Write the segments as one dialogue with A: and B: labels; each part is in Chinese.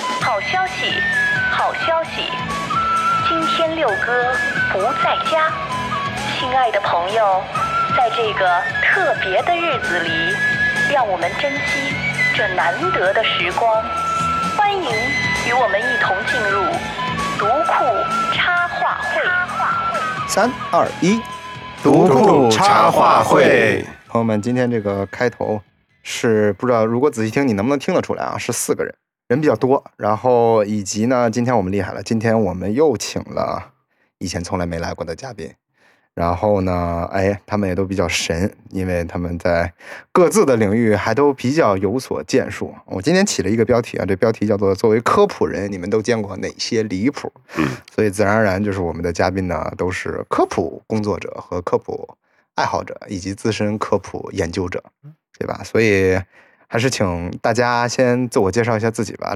A: 息，好消息！今天六哥不在家，亲爱的朋友，在这个特别的日子里，让我们珍惜这难得的时光。欢迎与我们一同进入读库插画会。
B: 三二一，
C: 独库插画会。
B: 朋友们，今天这个开头是不知道，如果仔细听，你能不能听得出来啊？是四个人，人比较多。然后以及呢，今天我们厉害了，今天我们又请了以前从来没来过的嘉宾。然后呢，哎，他们也都比较神，因为他们在各自的领域还都比较有所建树。我今天起了一个标题啊，这标题叫做“作为科普人，你们都见过哪些离谱”。所以自然而然就是我们的嘉宾呢都是科普工作者和科普爱好者，以及资深科普研究者，对吧？所以还是请大家先自我介绍一下自己吧。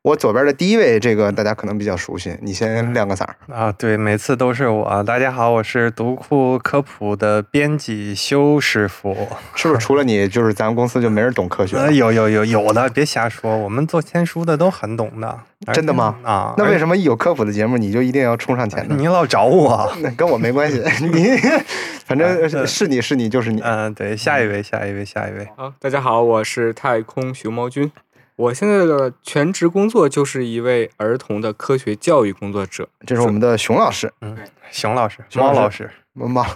B: 我左边的第一位，这个大家可能比较熟悉，你先亮个嗓儿。
C: 啊，对，每次都是我。大家好，我是读库科普的编辑修师傅。
B: 是不是除了你，就是咱们公司就没人懂科学了
C: 呃，？有有有有的，别瞎说，我们做签书的都很懂的。而
B: 真的吗
C: 啊，
B: 那为
C: 什
B: 什么一有科普的节目，你就一定要冲上前呢？
C: 哎你老找我？
B: 那跟我没关系，你反正是是你是你就是你。
C: 嗯、对，下一位，下一位，下一位。
D: 好，啊大家好，我是太空熊猫君。我现在的全职工作就是一位儿童的科学教育工作者。
B: 这是我们的熊老师，
C: 熊老师，
B: 熊
C: 猫
B: 老
C: 老
B: 师
C: 师，
B: 猫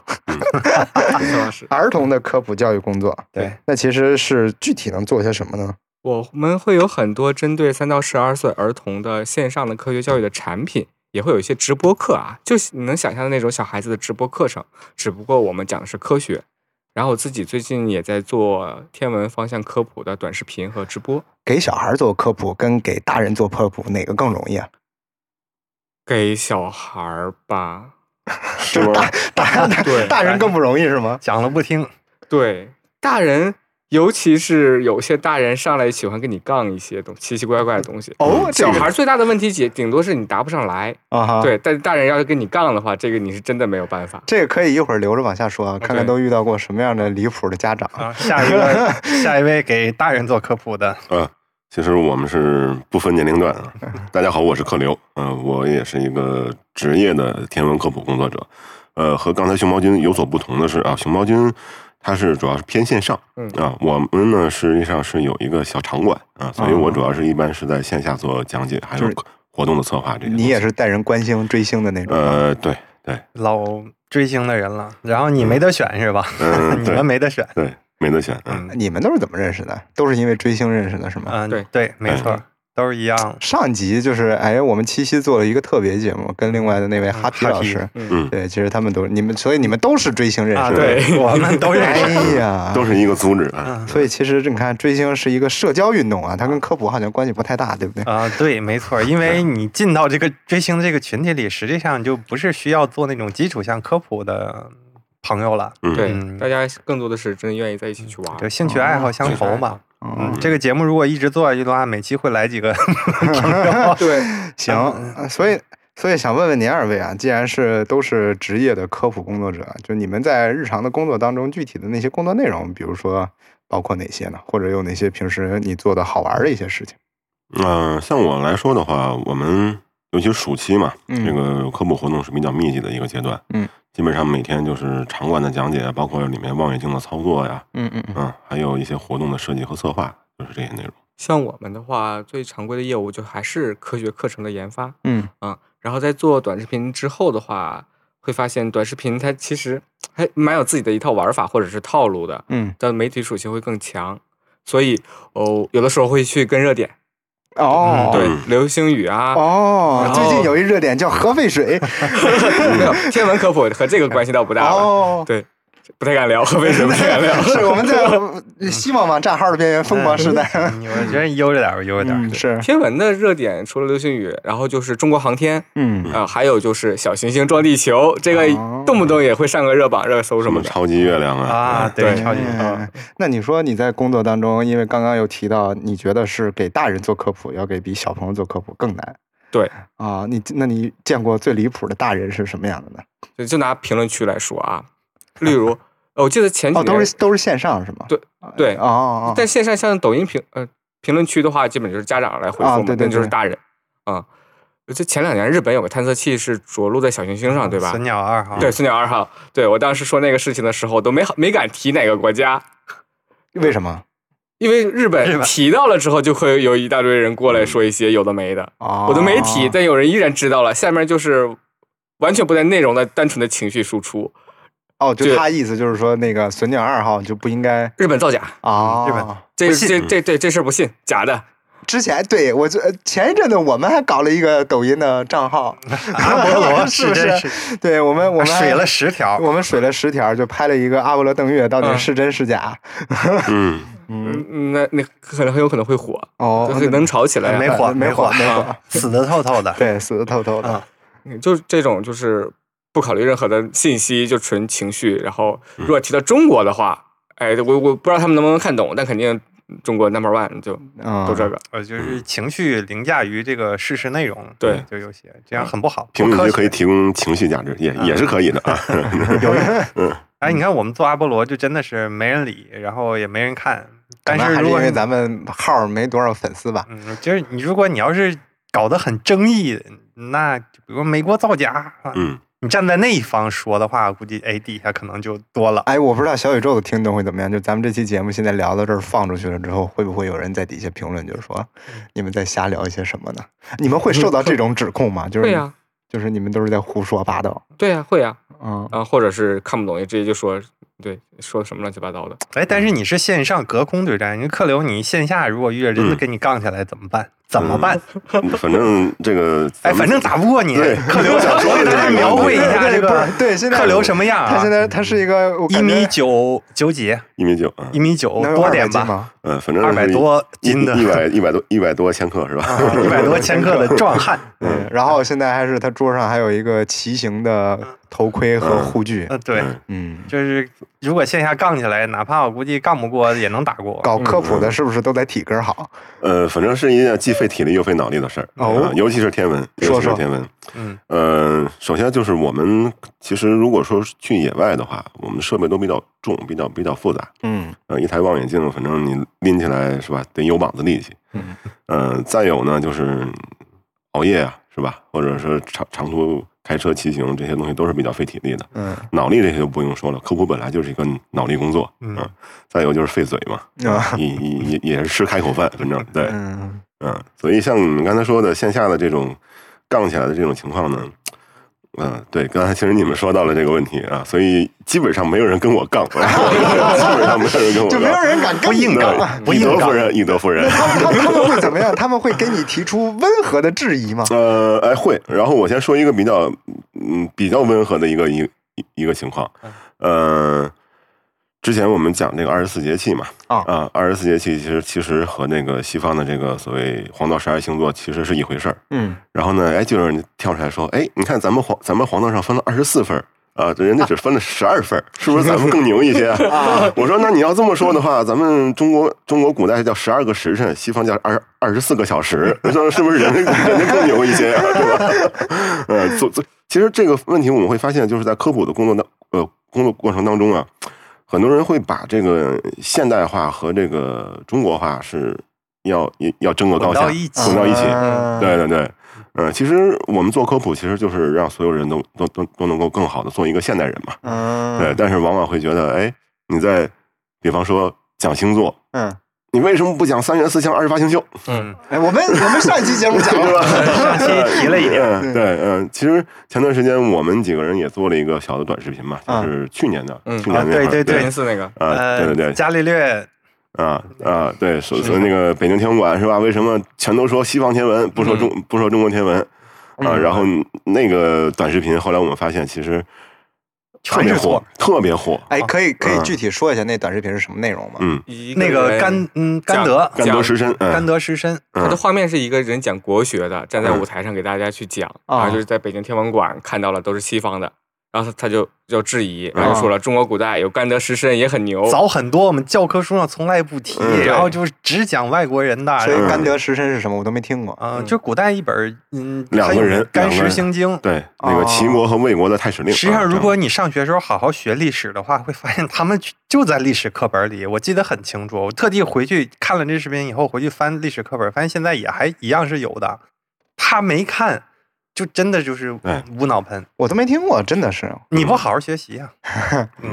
D: 肖老师，
B: 儿童的科普教育工作。
C: 对，
B: 那其实是具体能做些什么呢？
D: 我们会有很多针对三到十二岁儿童的线上的科学教育的产品，也会有一些直播课啊，就是你能想象的那种小孩子的直播课程，只不过我们讲的是科学。然后我自己最近也在做天文方向科普的短视频和直播，
B: 给小孩做科普跟给大人做科普哪个更容易啊？
D: 给小孩儿吧，
C: 是
B: 大
D: 对
B: 大人更不容易是吗？
C: 讲了 不听，
D: 对，大人，尤其是有些大人上来喜欢跟你杠一些东奇奇怪怪的东西。嗯
B: 哦这
D: 小
B: 个
D: 孩儿最大的问题解，顶多是你答不上来。
B: 啊哈，，
D: 对，但是大人要是跟你杠的话，这个你是真的没有办法。
B: 这个可以一会儿留着往下说，啊，看看
D: OK
B: 都遇到过什么样的离谱的家长。
C: 啊，下一位， 下一位给大人做科普的，
E: 啊，其实我们是不分年龄段啊。大家好，我是克刘，嗯、我也是一个职业的天文科普工作者。呃，和刚才熊猫君有所不同的是啊，熊猫君它是主要是偏线上，
D: 嗯
E: 啊，我们呢实际上是有一个小场馆啊，所以我主要是一般是在线下做讲解，还有
B: 就是
E: 活动的策划这些。
B: 你也是带人观星追星的那种啊，
E: 呃，对对，
C: 老追星的人了。然后你没得选是吧？
E: 嗯，
C: 你
E: 对
C: 们没得选。
E: 对，没得选，嗯，
C: 嗯
B: 你们都是怎么认识的？都是因为追星认识的是吗？
C: 嗯，
D: 对
C: 对，没错
D: 嗯，
C: 都是一样。
B: 上一集就是哎，我们七夕做了一个特别节目，跟另外的那位
C: 嗯
B: 哈皮
C: 哈
B: 老
C: 皮
B: 师，
E: 嗯
B: 对，其实他们都你们，所以你们都是追星认
C: 啊，
B: 识的，
C: 对，我们都认识。
B: 哎 呀，
E: 都是一个组织啊。
C: 嗯
B: 所以其实你看，追星是一个社交运动啊，它跟科普好像关系不太大，对不对？
C: 啊、对，没错，因为你进到这个追星的这个群体里，实际上就不是需要做那种基础像科普的朋友了，
E: 嗯
D: 对，
C: 嗯
D: 大家更多的是真愿意在一起去玩
C: 就
D: 儿。
C: 兴趣爱好相投嘛。嗯
B: 嗯，，
C: 这个节目如果一直做下去的话，每期会来几个 朋 友。
D: 对，
B: 行，呃所以所以想问问您二位啊，既然是都是职业的科普工作者，就你们在日常的工作当中，具体的那些工作内容，比如说包括哪些呢？或者有哪些平时你做的好玩的一些事情？
E: 嗯、像我来说的话，我们尤其暑期嘛，
B: 嗯
E: 这个科普活动是比较密集的一个阶段。
B: 嗯，
E: 基本上每天就是场馆的讲解，包括里面望远镜的操作呀，
B: 嗯嗯
E: 嗯，还有一些活动的设计和策划，就是这些内容。
D: 像我们的话，最常规的业务就还是科学课程的研发。
B: 嗯
D: 啊，然后在做短视频之后的话，会发现短视频它其实还蛮有自己的一套玩法或者是套路的，
B: 嗯，
D: 但媒体属性会更强，所以哦，有的时候会去跟热点，
B: 哦，
D: 对
E: 嗯，
D: 流星雨啊，
B: 哦
D: 然，后
B: 最近有一热点叫核废水，
D: 没有天文科普和这个关系倒不大了，
B: 哦，
D: 对，不太敢聊，为什么不太敢聊？
B: 是我们在希望网炸号的边缘疯狂时代。
C: 嗯我觉得悠着点儿吧，悠着点 儿。
B: 嗯，是，
D: 天文的热点除了流星雨，然后就是中国航天
B: 嗯，
D: 啊、还有就是小行星撞地球，这个
B: 哦
D: 动不动也会上个热榜、热搜什
E: 什
D: 么
E: 么
D: 的。
E: 超级月亮啊？
C: 啊，
E: 嗯
C: 对，
D: 对
C: 超级
B: 嗯 那你说你在工作当中，因为刚刚有提到，你觉得是给大人做科普，要给比小朋友做科普更难
D: 对，
B: 啊？你那你见过最离谱的大人是什么样的呢？
D: 就就拿评论区来说啊，例 如，呃我记得前几
B: 哦，
D: 年、
B: 都是都是线上是吗？
D: 对对
B: 哦哦，哦
D: 在线上像抖音评呃评论区的话，基本就是家长来回复嘛，
B: 啊对对
D: 那就是
B: 对
D: 大人啊、就前两年日本有个探测器是着陆在小行星上，对吧
C: 死？鸟二号，
D: 对，孙鸟二号。对我当时说那个事情的时候，都没好没敢提哪个国家，
B: 为什么？
D: 因为日
C: 日
D: 本
C: 本
D: 提到了之后，就会有一大堆人过来说一些有的没的，
B: 啊，
D: 我都没提，但有人依然知道了。下面就是完全不带内容的，单纯的情绪输出。
B: 哦，就
D: 就
B: 他意思就是说，那个隼鸟二号就不应该
D: 日本造假，
B: 啊。
C: 日本
D: 这
C: 不
D: 这
C: 信
D: 这这这事儿不信，假的。
B: 之前对我这前一阵子我们还搞了一个抖音的账 号，
C: 阿波 罗
B: 是不
C: 真
B: 是？对我们我们还
C: 水了十条，
B: 我们水了十条，就拍了一个阿波罗登月到底
D: 嗯
B: 是真是假。
E: 嗯，
B: 嗯，
D: 嗯，那那可能很有可能会火，
B: 哦
D: 就是能吵起来啊。
C: 没火
B: 没
C: 火
B: 没火，
C: 死的透透的。
B: 对，死的透透的
C: 啊。
D: 嗯就是这种就是不考虑任何的信息，就纯情绪。然后如果提到中国的话，哎，我我不知道他们能不能看懂，但肯定中国 number one 就
B: 嗯，
D: 都这个。
C: 呃，就是情绪凌驾于这个事实内容，
D: 对
C: 就有些这样很不好。
E: 评
C: 不
E: 论
C: 科
E: 区
C: 学
E: 可以提供情绪价值，也也是可以的啊。
B: 有人
C: 哎，
B: 嗯
C: 你看我们做阿波罗就真的是没人理，然后也没人看。但
B: 可能还
C: 是
B: 是
C: 如
B: 因
C: 果
B: 为
C: 你
B: 咱们号儿没多少粉丝吧。
C: 嗯，就是你如果你要是搞得很争议，那就比如说美国造假，啊
E: 嗯，
C: 你站在那一方说的话，估计哎底下可能就多了。
B: 哎，我不知道小宇宙的听众会怎么样。就咱们这期节目现在聊到这儿放出去了之后，会不会有人在底下评论，就是说你们在瞎聊一些什么呢？你们会受到这种指控吗？就是
D: 会啊呀，
B: 就是你们都是在胡说八道。
D: 对呀，会呀。
B: 嗯，
D: 啊，或者是看不懂，直接就说对，说什么乱七八糟的。
C: 哎，
B: 嗯
C: 但是你是线上隔空对战，你客流你线下如果遇着真的
E: 嗯
C: 跟你杠起来怎么办？怎
B: 嗯
C: 么办？
E: 反正这个，
C: 哎，反正打不过你，
E: 对
C: 客流想说给大家描绘一下这
B: 不
C: 个
B: 是对现在
C: 客流什么样啊？
B: 他现在他是一个我
C: 一
B: 感觉
C: 米九九几，
E: 一米九啊
C: 一，米九
B: 能有
C: 多
B: 200
C: 点
B: 斤
C: 吧，
B: 吗？
E: 嗯，反正
C: 二百多斤的，啊
E: 一百一百多一百多千克是吧？
C: 一百多千克的壮汉。
B: 嗯，然后现在还是他桌上还有一个骑行的头盔和护具。
C: 嗯，对，
B: 嗯，
C: 就是如果线下杠起来，哪怕我估计杠不过也能打过。
B: 搞科普
C: 嗯
B: 的是不是都得体格好？
E: 呃，反正是一件既费体力又费脑力的事儿，
B: 哦
E: 啊尤其是天文，
B: 说
E: 尤其
B: 说
E: 是天文。
C: 嗯，
E: 呃，首先就是我们其实如果说去野外的话，我们设备都比较重，比较比较复杂。
B: 嗯
E: 呃，一台望远镜，反正你拎起来是吧，得有膀子力气。
B: 嗯
E: 呃，再有呢就是熬夜啊，是吧？或者是长长途开车、骑行这些东西都是比较费体力的。
B: 嗯
E: 脑力这些就不用说了，科普本来就是一个脑力工作，
C: 嗯
E: 啊再有就是费嘴嘛，
B: 啊
E: 也也也也是吃开口饭，反正对，
B: 嗯
E: 嗯，所以像你们刚才说的线下的这种杠起来的这种情况呢，嗯，对，刚才其实你们说到了这个问题啊，所以基本上没有人跟我杠，基 本上没有人跟我杠，嗯
B: 就没有人敢跟
C: 不
B: 你
C: 硬
B: 杠
C: 杠
E: 对
C: 不
E: 以
C: 硬
E: 德服
C: 杠
E: 人，以德服 人。
B: 他们他们他们会怎么样？他们会给你提出温和的质疑吗？
E: 呃，哎会，然后我先说一个比较，嗯，比较温和的一个一一一个情况，
B: 嗯
E: 呃，之前我们讲这个二十四节气嘛，
B: 啊
E: 啊，二十四节气其实其实和那个西方的这个所谓黄道十二星座其实是一回事儿。
B: 嗯，
E: 然后呢，哎，就有人跳出来说，哎，你看咱们黄咱们黄道上分了二十四分儿。啊，人家只分了十二分儿，是不是咱们更牛一些？啊，我说那你要这么说的话，咱们中国中国古代叫十二个时辰，西方叫二二十四个小时， 你说是不是人人家更牛一些啊？是吧？ 呃，做做，其实这个问题我们会发现，就是在科普的工作当呃工作过程当中啊，很多人会把这个现代化和这个中国化是要要要争个高下，
C: 混到一起
E: 混到一起，
B: 啊
E: 对对对，嗯，其实我们做科普，其实就是让所有人都都都都能够更好的做一个现代人嘛。
B: 嗯，
E: 对，但是往往会觉得，哎，你在，比方说讲星座，
B: 嗯，
E: 你为什么不讲三元四象二十八星 宿？
C: 嗯，
B: 哎，我们我们上一期节目讲
E: 对
B: 了，
E: 吧？
C: 上期 提了一点，
E: 嗯，对，嗯，其实前段时间我们几个人也做了一个小的短视频嘛，就是去年的，
D: 嗯
E: 去年
C: 啊
E: 那会儿
C: 对对对
D: 雷音寺那个，
E: 啊，对对对，
C: 伽呃利略
E: 啊啊，对，所所以那个北京天文馆是吧？为什么全都说西方天文，不说中、
C: 嗯
E: 不说中国天文啊？然后那个短视频，后来我们发现其实特
C: 全
E: 别火
C: 是错，
E: 特别火。
B: 哎，可以可以具体说一下那短视频是什么内容吗？
E: 嗯，
D: 一
C: 那个
D: 人
C: 甘嗯
D: 讲
C: 甘德
E: 甘德时深，嗯
C: 甘德石参，
D: 他的画面是一个人讲国学的，站在舞台上给大家去讲，
B: 嗯
D: 然
B: 啊
D: 后就是在北京天文馆看到了都是西方的，然后他他就就质疑，然后
B: 啊
D: 说了中国古代有甘德石参也很牛，
C: 早很多，我们教科书上从来不提，
E: 哦嗯
C: 然后就是只讲外国人的，
B: 所以
C: 然后
B: 甘德时辰是什么？我都没听过。
C: 啊，
D: 嗯
C: 就古代一本嗯，
E: 两个
C: 很有名
E: 人
C: 《干
E: 两个
C: 石
E: 人
C: 行经》。
E: 对，那个齐国和魏国的太史令。
C: 实际上，
E: 啊
C: 如果你上学时候好好学历史的话，会发现他们就就在历史课本里。我记得很清楚，我特地回去看了这视频以后，回去翻历史课本，发现现在也还一样是有的。他没看，就真的就是
E: 哎
C: 无脑喷。
B: 我都没听过，真的是。
C: 你不好好学习啊呀、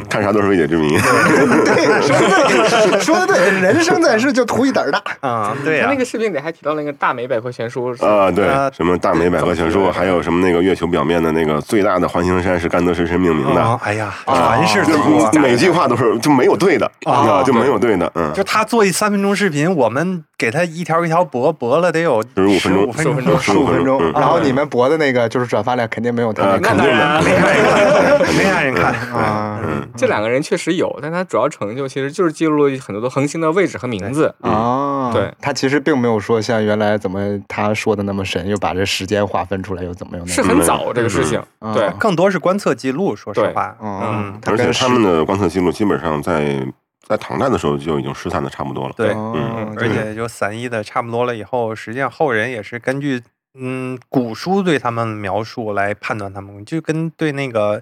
E: 看啥都是未解之谜。
B: 对，说的对， 说的对，人生在世就图一胆儿大。
C: 啊？对呀、
D: 他那个视频里还提到了那个大美百科全书，
E: 啊，对
C: 呃，
E: 什么大美百科全
D: 怎么
E: 书，
D: 说
E: 还有什么那个月球表面的那个最大的环形山是甘德神神命名的，
C: 啊哎呀，凡事
E: 就
C: 读啊
E: 是每句话都是就没有对的
C: 啊
E: 啊，就没有对的，嗯，
C: 就他做一三分钟视频，我们给他一条一条驳驳了得有
E: 15分钟
C: 15分
E: 15
B: 十五分钟，
E: 嗯
B: 然后你们博的那个就是转发量肯定没有他那
E: 呃，
B: 个
E: 肯定的，
D: 那
E: 肯定的
C: 没啥人看。
B: 啊
E: 嗯，
D: 这两个人确实有，但他主要成就其实就是记录了很多的恒星的位置和名字。
E: 嗯
B: 啊！
D: 对，
B: 他其实并没有说像原来怎么他说的那么神，又把这时间划分出来，又怎么又那
D: 是
B: 样
D: 很早这个事情，
B: 嗯
D: 对
B: 嗯
C: 更多是观测记录，说实话，
B: 嗯
C: 嗯，
B: 他
E: 而且
B: 跟
E: 他们的观测记录基本上在在唐代的时候就已经失散的差不多了，
C: 对，
B: 哦
E: 嗯
C: 而且就散逸的差不多了以后，实际上后人也是根据嗯古书对他们描述来判断他们，就跟对那个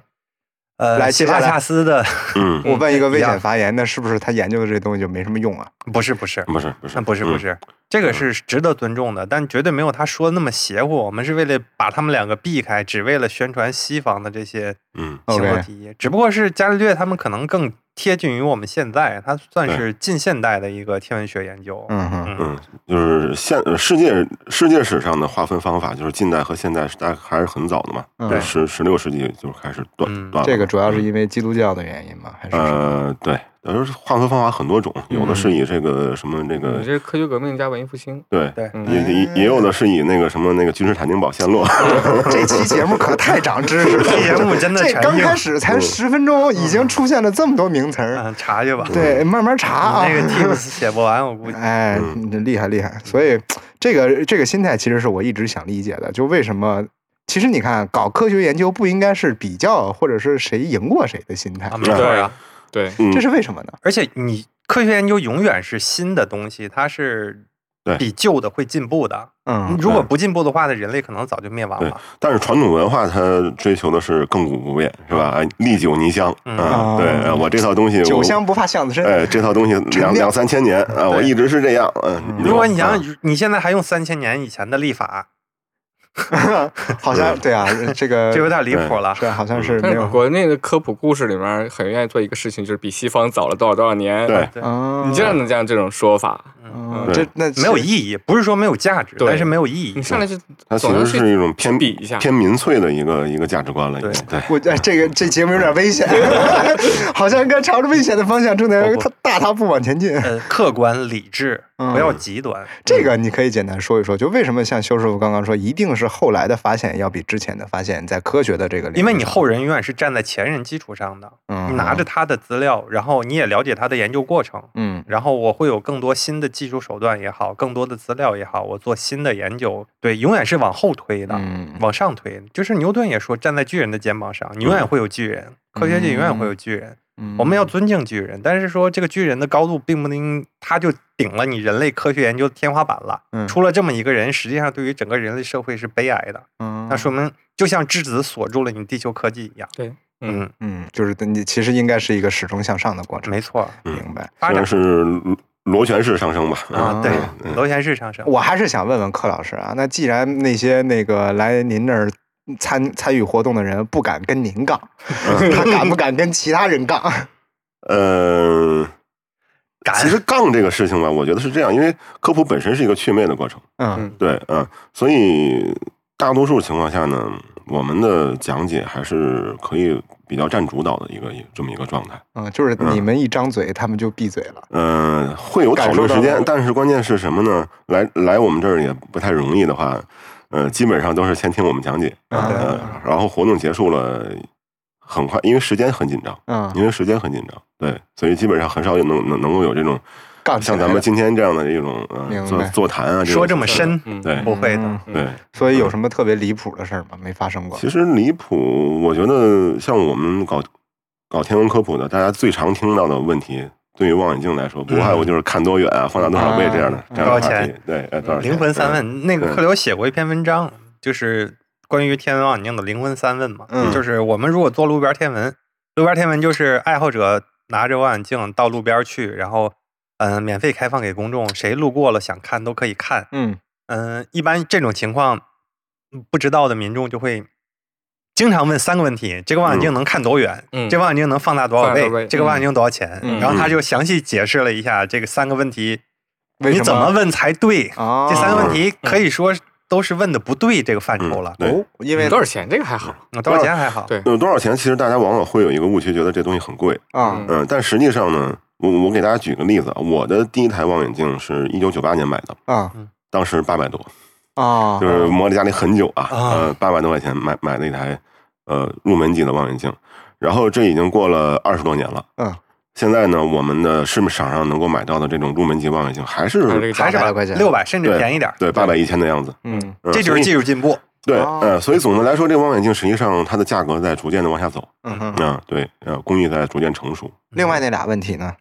B: 来
C: 呃希
B: 接下来
C: 帕恰斯的
E: 嗯，
B: 我问一个危
C: 一
B: 险
C: 样
B: 发言，那是不是他研究的这东西就没什么用啊？
C: 不是不是
E: 不是不
B: 嗯
E: 是嗯
C: 那嗯不是不，是，这个是值得尊重的，但绝对没有他说的那么邪乎。我们是为了把他们两个避开，只为了宣传西方的这些
E: 嗯
C: 行
B: OK
C: 为提议。只不过是伽利略他们可能更贴近于我们现在，他算
E: 对
C: 是近现代的一个天文学研究。
B: 嗯哼，
E: 嗯嗯，就是现呃世界世界史上的划分方法就是近代和现代是大概还是很早的嘛，
B: 嗯
E: 就十十六世纪就开始断
C: 嗯
E: 断了
B: 这个主要是因为基督教的原因吗？还是什么
E: 呃，对，有时候划分方法很多种，有的是以这个什么这个
D: 你嗯这是科学革命加文艺复兴，
E: 对
C: 对
D: 嗯
E: 也也也有的是以那个什么那个君士坦丁堡陷落，
B: 这期节目可太长知识了，
C: 这节目真 的
B: 这
C: 全
B: 刚
C: 硬
B: 开始才十分钟，已经出现了这么多名词儿。
C: 嗯，查去吧。
B: 对，慢慢查啊。
C: 那个 Teams 写不完，我估计。
B: 哎，
E: 嗯
B: 你厉害厉害！所以这个这个心态其实是我一直想理解的，就为什么。其实你看，搞科学研究不应该是比较，或者是谁赢过谁的心态
C: 啊，没错呀、
D: 对，
E: 嗯
B: 这是为什么呢？
C: 而且你科学研究永远是新的东西，它是
E: 对
C: 比旧的会进步的。
B: 嗯，
C: 如果不进步的话呢，人类可能早就灭亡
E: 对
C: 了。，
E: 但是传统文化它追求的是亘古不变，是吧？哎，历久弥香，
C: 嗯
E: 啊，对，呃我这套东西，
B: 哦酒
E: 我
B: 香不怕巷子深。
E: 哎，这套东西
B: 酿
E: 两两三千年啊，我一直是这样，嗯，
C: 如果你想
E: 啊
C: 想，你现在还用三千年以前的历法，
B: 好像对啊，这个
C: 这有点离谱了。
B: 是好像是没
D: 但是
B: 有
D: 国内的科普故事里面很愿意做一个事情，就是比西方早了多少多少年。
E: 对，
C: 对
B: 啊，
D: 你经常能见到这种说法，
B: 嗯
E: 对
B: 这那
C: 没有意义，不是说没有价值，
D: 对
C: 但是没有意义
D: 你。上来就
E: 它嗯其
D: 总要
E: 实
D: 去
E: 是一种偏
D: 比一下
E: 偏民粹的一个一个价值观了，已经对。
B: 我哎，这个这节目有点危险， 好像应该朝着危险的方向，重点
C: 不
B: 他大踏步往前进。
C: 呃，客观理智，
B: 嗯
C: 不要极端。
B: 这个你可以简单说一说，就为什么像修师傅刚刚说，一定是后来的发现要比之前的发现在科学的这个领域上，
C: 嗯因为你后人永远是站在前人基础上的，
B: 嗯
C: 你拿着他的资料，然后你也了解他的研究过程，
B: 嗯
C: 然后我会有更多新的技术手段也好，更多的资料也好，我做新的研究，对，永远是往后推的，
B: 嗯
C: 往上推。就是牛顿也说，站在巨人的肩膀上，你永远会有巨人，科学界永远会有巨人。
B: 嗯
C: 我们要尊敬巨人，但是说这个巨人的高度并不能，他就顶了你人类科学研究的天花板了。
B: 嗯
C: 出了这么一个人，实际上对于整个人类社会是悲哀的。那
B: 那
C: 说明就像质子锁住了你地球科技一样。
D: 对，
C: 嗯，
B: 嗯，就是你其实应该是一个始终向上的过程，
C: 没错。
E: 嗯
B: 明白。
C: 发
E: 虽
C: 展
E: 然是螺螺旋式上升吧，
C: 啊，对
B: 啊，
C: 螺旋式上升。
B: 我还是想问问柯老师啊，那既然那些那个来您那儿参参与活动的人不敢跟您 杠，他敢不敢跟其他人杠？
E: 呃，
C: 敢
E: 其实杠这个事情吧，我觉得是这样，因为科普本身是一个祛魅的过程，
B: 嗯
E: 对，嗯，所以大多数情况下呢，我们的讲解还是可以比较占主导的一个这么一个状态。
B: 嗯，就是你们一张嘴，他们就闭嘴了。
E: 嗯、会有讨
B: 感
E: 论时
B: 受到
E: 间
B: 了，
E: 但是关键是什么呢？来来我们这儿也不太容易的话，呃，基本上都是先听我们讲解，
C: 嗯
B: 啊
E: 呃，然后活动结束了，很快，因为时间很紧张，
B: 嗯，
E: 因为时间很紧张，对，所以基本上很少有能能能够有这种
B: 杠起来
E: 像
B: 了
E: 咱们今天这样的一种
B: 明白
E: 呃座座谈啊，
C: 说这么
E: 事儿
C: 深，
D: 嗯
E: 对
C: 不会的
B: 嗯。
E: 对。
B: 所以有什么特别离谱的事儿吗？没发生过
E: 其实离谱，我觉得像我们搞搞天文科普的，大家最常听到的问题，对于望远镜来说，不外乎就是看多远啊，放大多少倍这样的、
B: 啊
E: 这样的话
C: 多少
E: 题
C: 钱。
E: 对，呃，多少钱
C: 灵魂三问，那个
E: 对
C: 克流写过一篇文章，就是关于天文望远镜的灵魂三问嘛，
B: 嗯
C: 就是我们如果做路边天文，路边天文就是爱好者拿着望远镜到路边去，然后嗯、呃免费开放给公众，谁路过了想看都可以看，呃
B: 嗯
C: 嗯、一般这种情况。不知道的民众就会经常问三个问题：这个望远镜能看多远？
D: 嗯
C: 这望远镜能放大多少
D: 放大
C: 倍？
D: 多少倍
C: 这个望远镜多少钱？
D: 嗯
C: 然后他就详细解释了一下这个三个问题，
B: 为什
C: 你怎么
B: 么
C: 问才对？
B: 啊，
C: 这三个问题可以说都是问的不对这个范畴了。
E: 对
B: 哦，因为
D: 多少钱？这个还好，
C: 嗯多少钱还好？
D: 对
E: 有多少钱？其实大家往往会有一个误区，觉得这东西很贵。
B: 啊
D: 嗯
E: 嗯、但实际上呢，我我给大家举个例子，啊，我的第一台望远镜是一九九八年买的，
B: 啊
E: 当时八百多，
C: 嗯
B: 啊
E: 就，是磨在家里很久啊，
C: 啊
E: 呃，八百多块钱买买了一台呃入门级的望远镜，然后这已经过了二十多年了。
B: 嗯，
E: 现在呢，我们的市场上能够买到的这种入门级望远镜还是
D: 还是这个价
C: 还是
D: 格
B: 800
C: 吧
B: 块钱
C: 六百甚至
E: 对
C: 便宜点儿。
E: 对八百一千的样子。
B: 嗯
E: 嗯
C: 这就
E: 所以
C: 是技术进步。
E: 对，
B: 哦
E: 呃，所以总的来说，这个望远镜实际上它的价格在逐渐的往下走，
B: 嗯
E: 啊、
B: 哼。
E: 对，呃，工艺在逐渐成熟，
B: 另外那俩问题呢？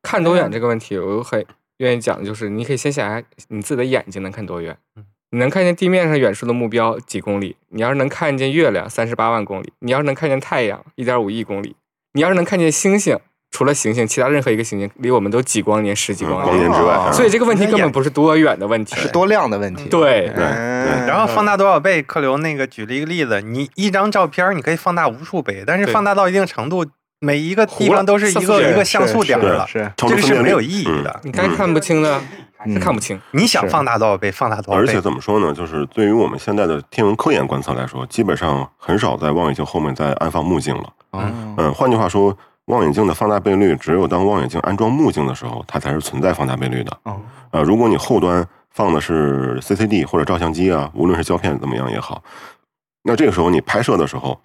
D: 看多远这个问题，我很愿意讲的就是，你可以先想下你自己的眼睛能看多远
C: 嗯。
D: 你能看见地面上远处的目标几公里？你要是能看见月亮，三十八万公里；你要是能看见太阳，一点五亿公里；你要是能看见星星，除了行星，其他任何一个行星离我们都几光年、十几
E: 嗯
D: 光
E: 光
D: 年。
E: 年之外，
B: 哦
E: 嗯
D: 所以这个问题根本不是多远的问题，
B: 是多量的问
C: 嗯
B: 题。
D: 对
E: 对
B: 哎
C: 然后放大多少倍？克刘那个举了一个例子，你一张照片儿你可以放大无数倍，但是
D: 对
C: 放大到一定程度，每一个地
D: 糊了
C: 方都是一
D: 像素
C: 个
D: 点
C: 一个像素点儿
E: 是
C: 了，嗯
B: 是
E: 超
C: 这
E: 出分
C: 个是
E: 辨
C: 没
E: 率
C: 有意义的。
E: 嗯
D: 你该看不清的，还
B: 嗯
D: 是看不清。
C: 你想
B: 是
C: 放大多少倍，放大多少
E: 而
C: 倍？
E: 且怎么说呢，就是对于我们现在的天文科研观测来说，基本上很少在望远镜后面再安放目镜了。
B: 哦
E: 嗯，换句话说，望远镜的放大倍率只有当望远镜安装目镜的时候，它才是存在放大倍率的。
B: 哦
E: 呃，如果你后端放的是 CCD 或者照相机啊，无论是胶片怎么样也好，那这个时候你拍摄的时候，